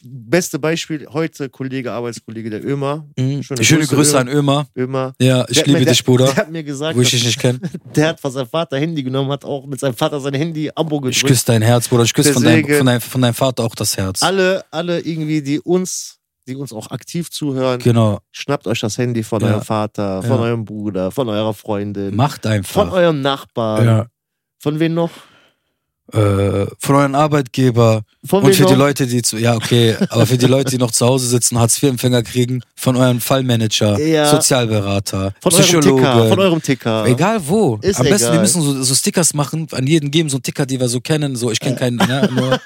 Speaker 2: Beste Beispiel heute Kollege, Arbeitskollege der Ömer.
Speaker 1: Mhm. Schöne, Grüße an Ömer.
Speaker 2: Ömer.
Speaker 1: Ja, ich
Speaker 2: Der hat mir-
Speaker 1: liebe dich,
Speaker 2: der,
Speaker 1: Bruder.
Speaker 2: Der hat mir gesagt,
Speaker 1: Wo ich dich nicht kenne.
Speaker 2: dass- der hat von seinem Vater Handy genommen, hat auch mit seinem Vater sein Handy Abo
Speaker 1: Ich
Speaker 2: gedrückt.
Speaker 1: küsse dein Herz, Bruder. Ich küsse von deinem,
Speaker 2: Deswegen-
Speaker 1: von, deinem, von deinem Vater auch das Herz.
Speaker 2: Alle, alle irgendwie, die uns, die uns auch aktiv zuhören,
Speaker 1: Genau.
Speaker 2: schnappt euch das Handy von
Speaker 1: Ja.
Speaker 2: eurem Vater, von
Speaker 1: Ja.
Speaker 2: eurem Bruder, von eurer Freundin,
Speaker 1: Macht
Speaker 2: von
Speaker 1: einfach.
Speaker 2: eurem Nachbarn.
Speaker 1: ja.
Speaker 2: Von wem noch?
Speaker 1: äh, von euren Arbeitgeber
Speaker 2: Von
Speaker 1: und
Speaker 2: wem
Speaker 1: für
Speaker 2: noch?
Speaker 1: die Leute, die zu, ja okay, aber für die Leute, die noch zu Hause sitzen, Hartz-IV-Empfänger kriegen, von eurem Fallmanager,
Speaker 2: Ja.
Speaker 1: Sozialberater,
Speaker 2: Von eurem
Speaker 1: Psychologen,
Speaker 2: Ticker. Von eurem Ticker.
Speaker 1: Egal wo.
Speaker 2: Ist
Speaker 1: Am besten, wir
Speaker 2: egal.
Speaker 1: müssen so, so Stickers machen, an jeden geben, so einen Ticker, die wir so kennen. So,
Speaker 2: Äh.
Speaker 1: ich kenne keinen, ne, nur,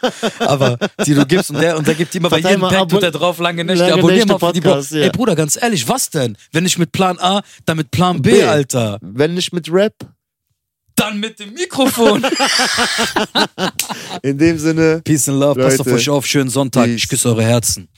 Speaker 1: aber die du gibst und der, und der gibt immer bei
Speaker 2: Verteil
Speaker 1: jedem
Speaker 2: mal
Speaker 1: Pack,
Speaker 2: Abo-
Speaker 1: tut er drauf, lange Nächte,
Speaker 2: Lange
Speaker 1: abonnier
Speaker 2: Nächte
Speaker 1: mal für die
Speaker 2: Podcast,
Speaker 1: Bro-
Speaker 2: ja.
Speaker 1: Ey Bruder, ganz ehrlich, was denn? Wenn nicht mit Plan A, dann mit Plan B,
Speaker 2: B.
Speaker 1: Alter.
Speaker 2: Wenn nicht mit Rap.
Speaker 1: Dann mit dem Mikrofon.
Speaker 2: In dem Sinne.
Speaker 1: Peace and Love, passt auf
Speaker 2: Leute.
Speaker 1: euch auf, schönen Sonntag.
Speaker 2: Peace.
Speaker 1: Ich küsse eure Herzen.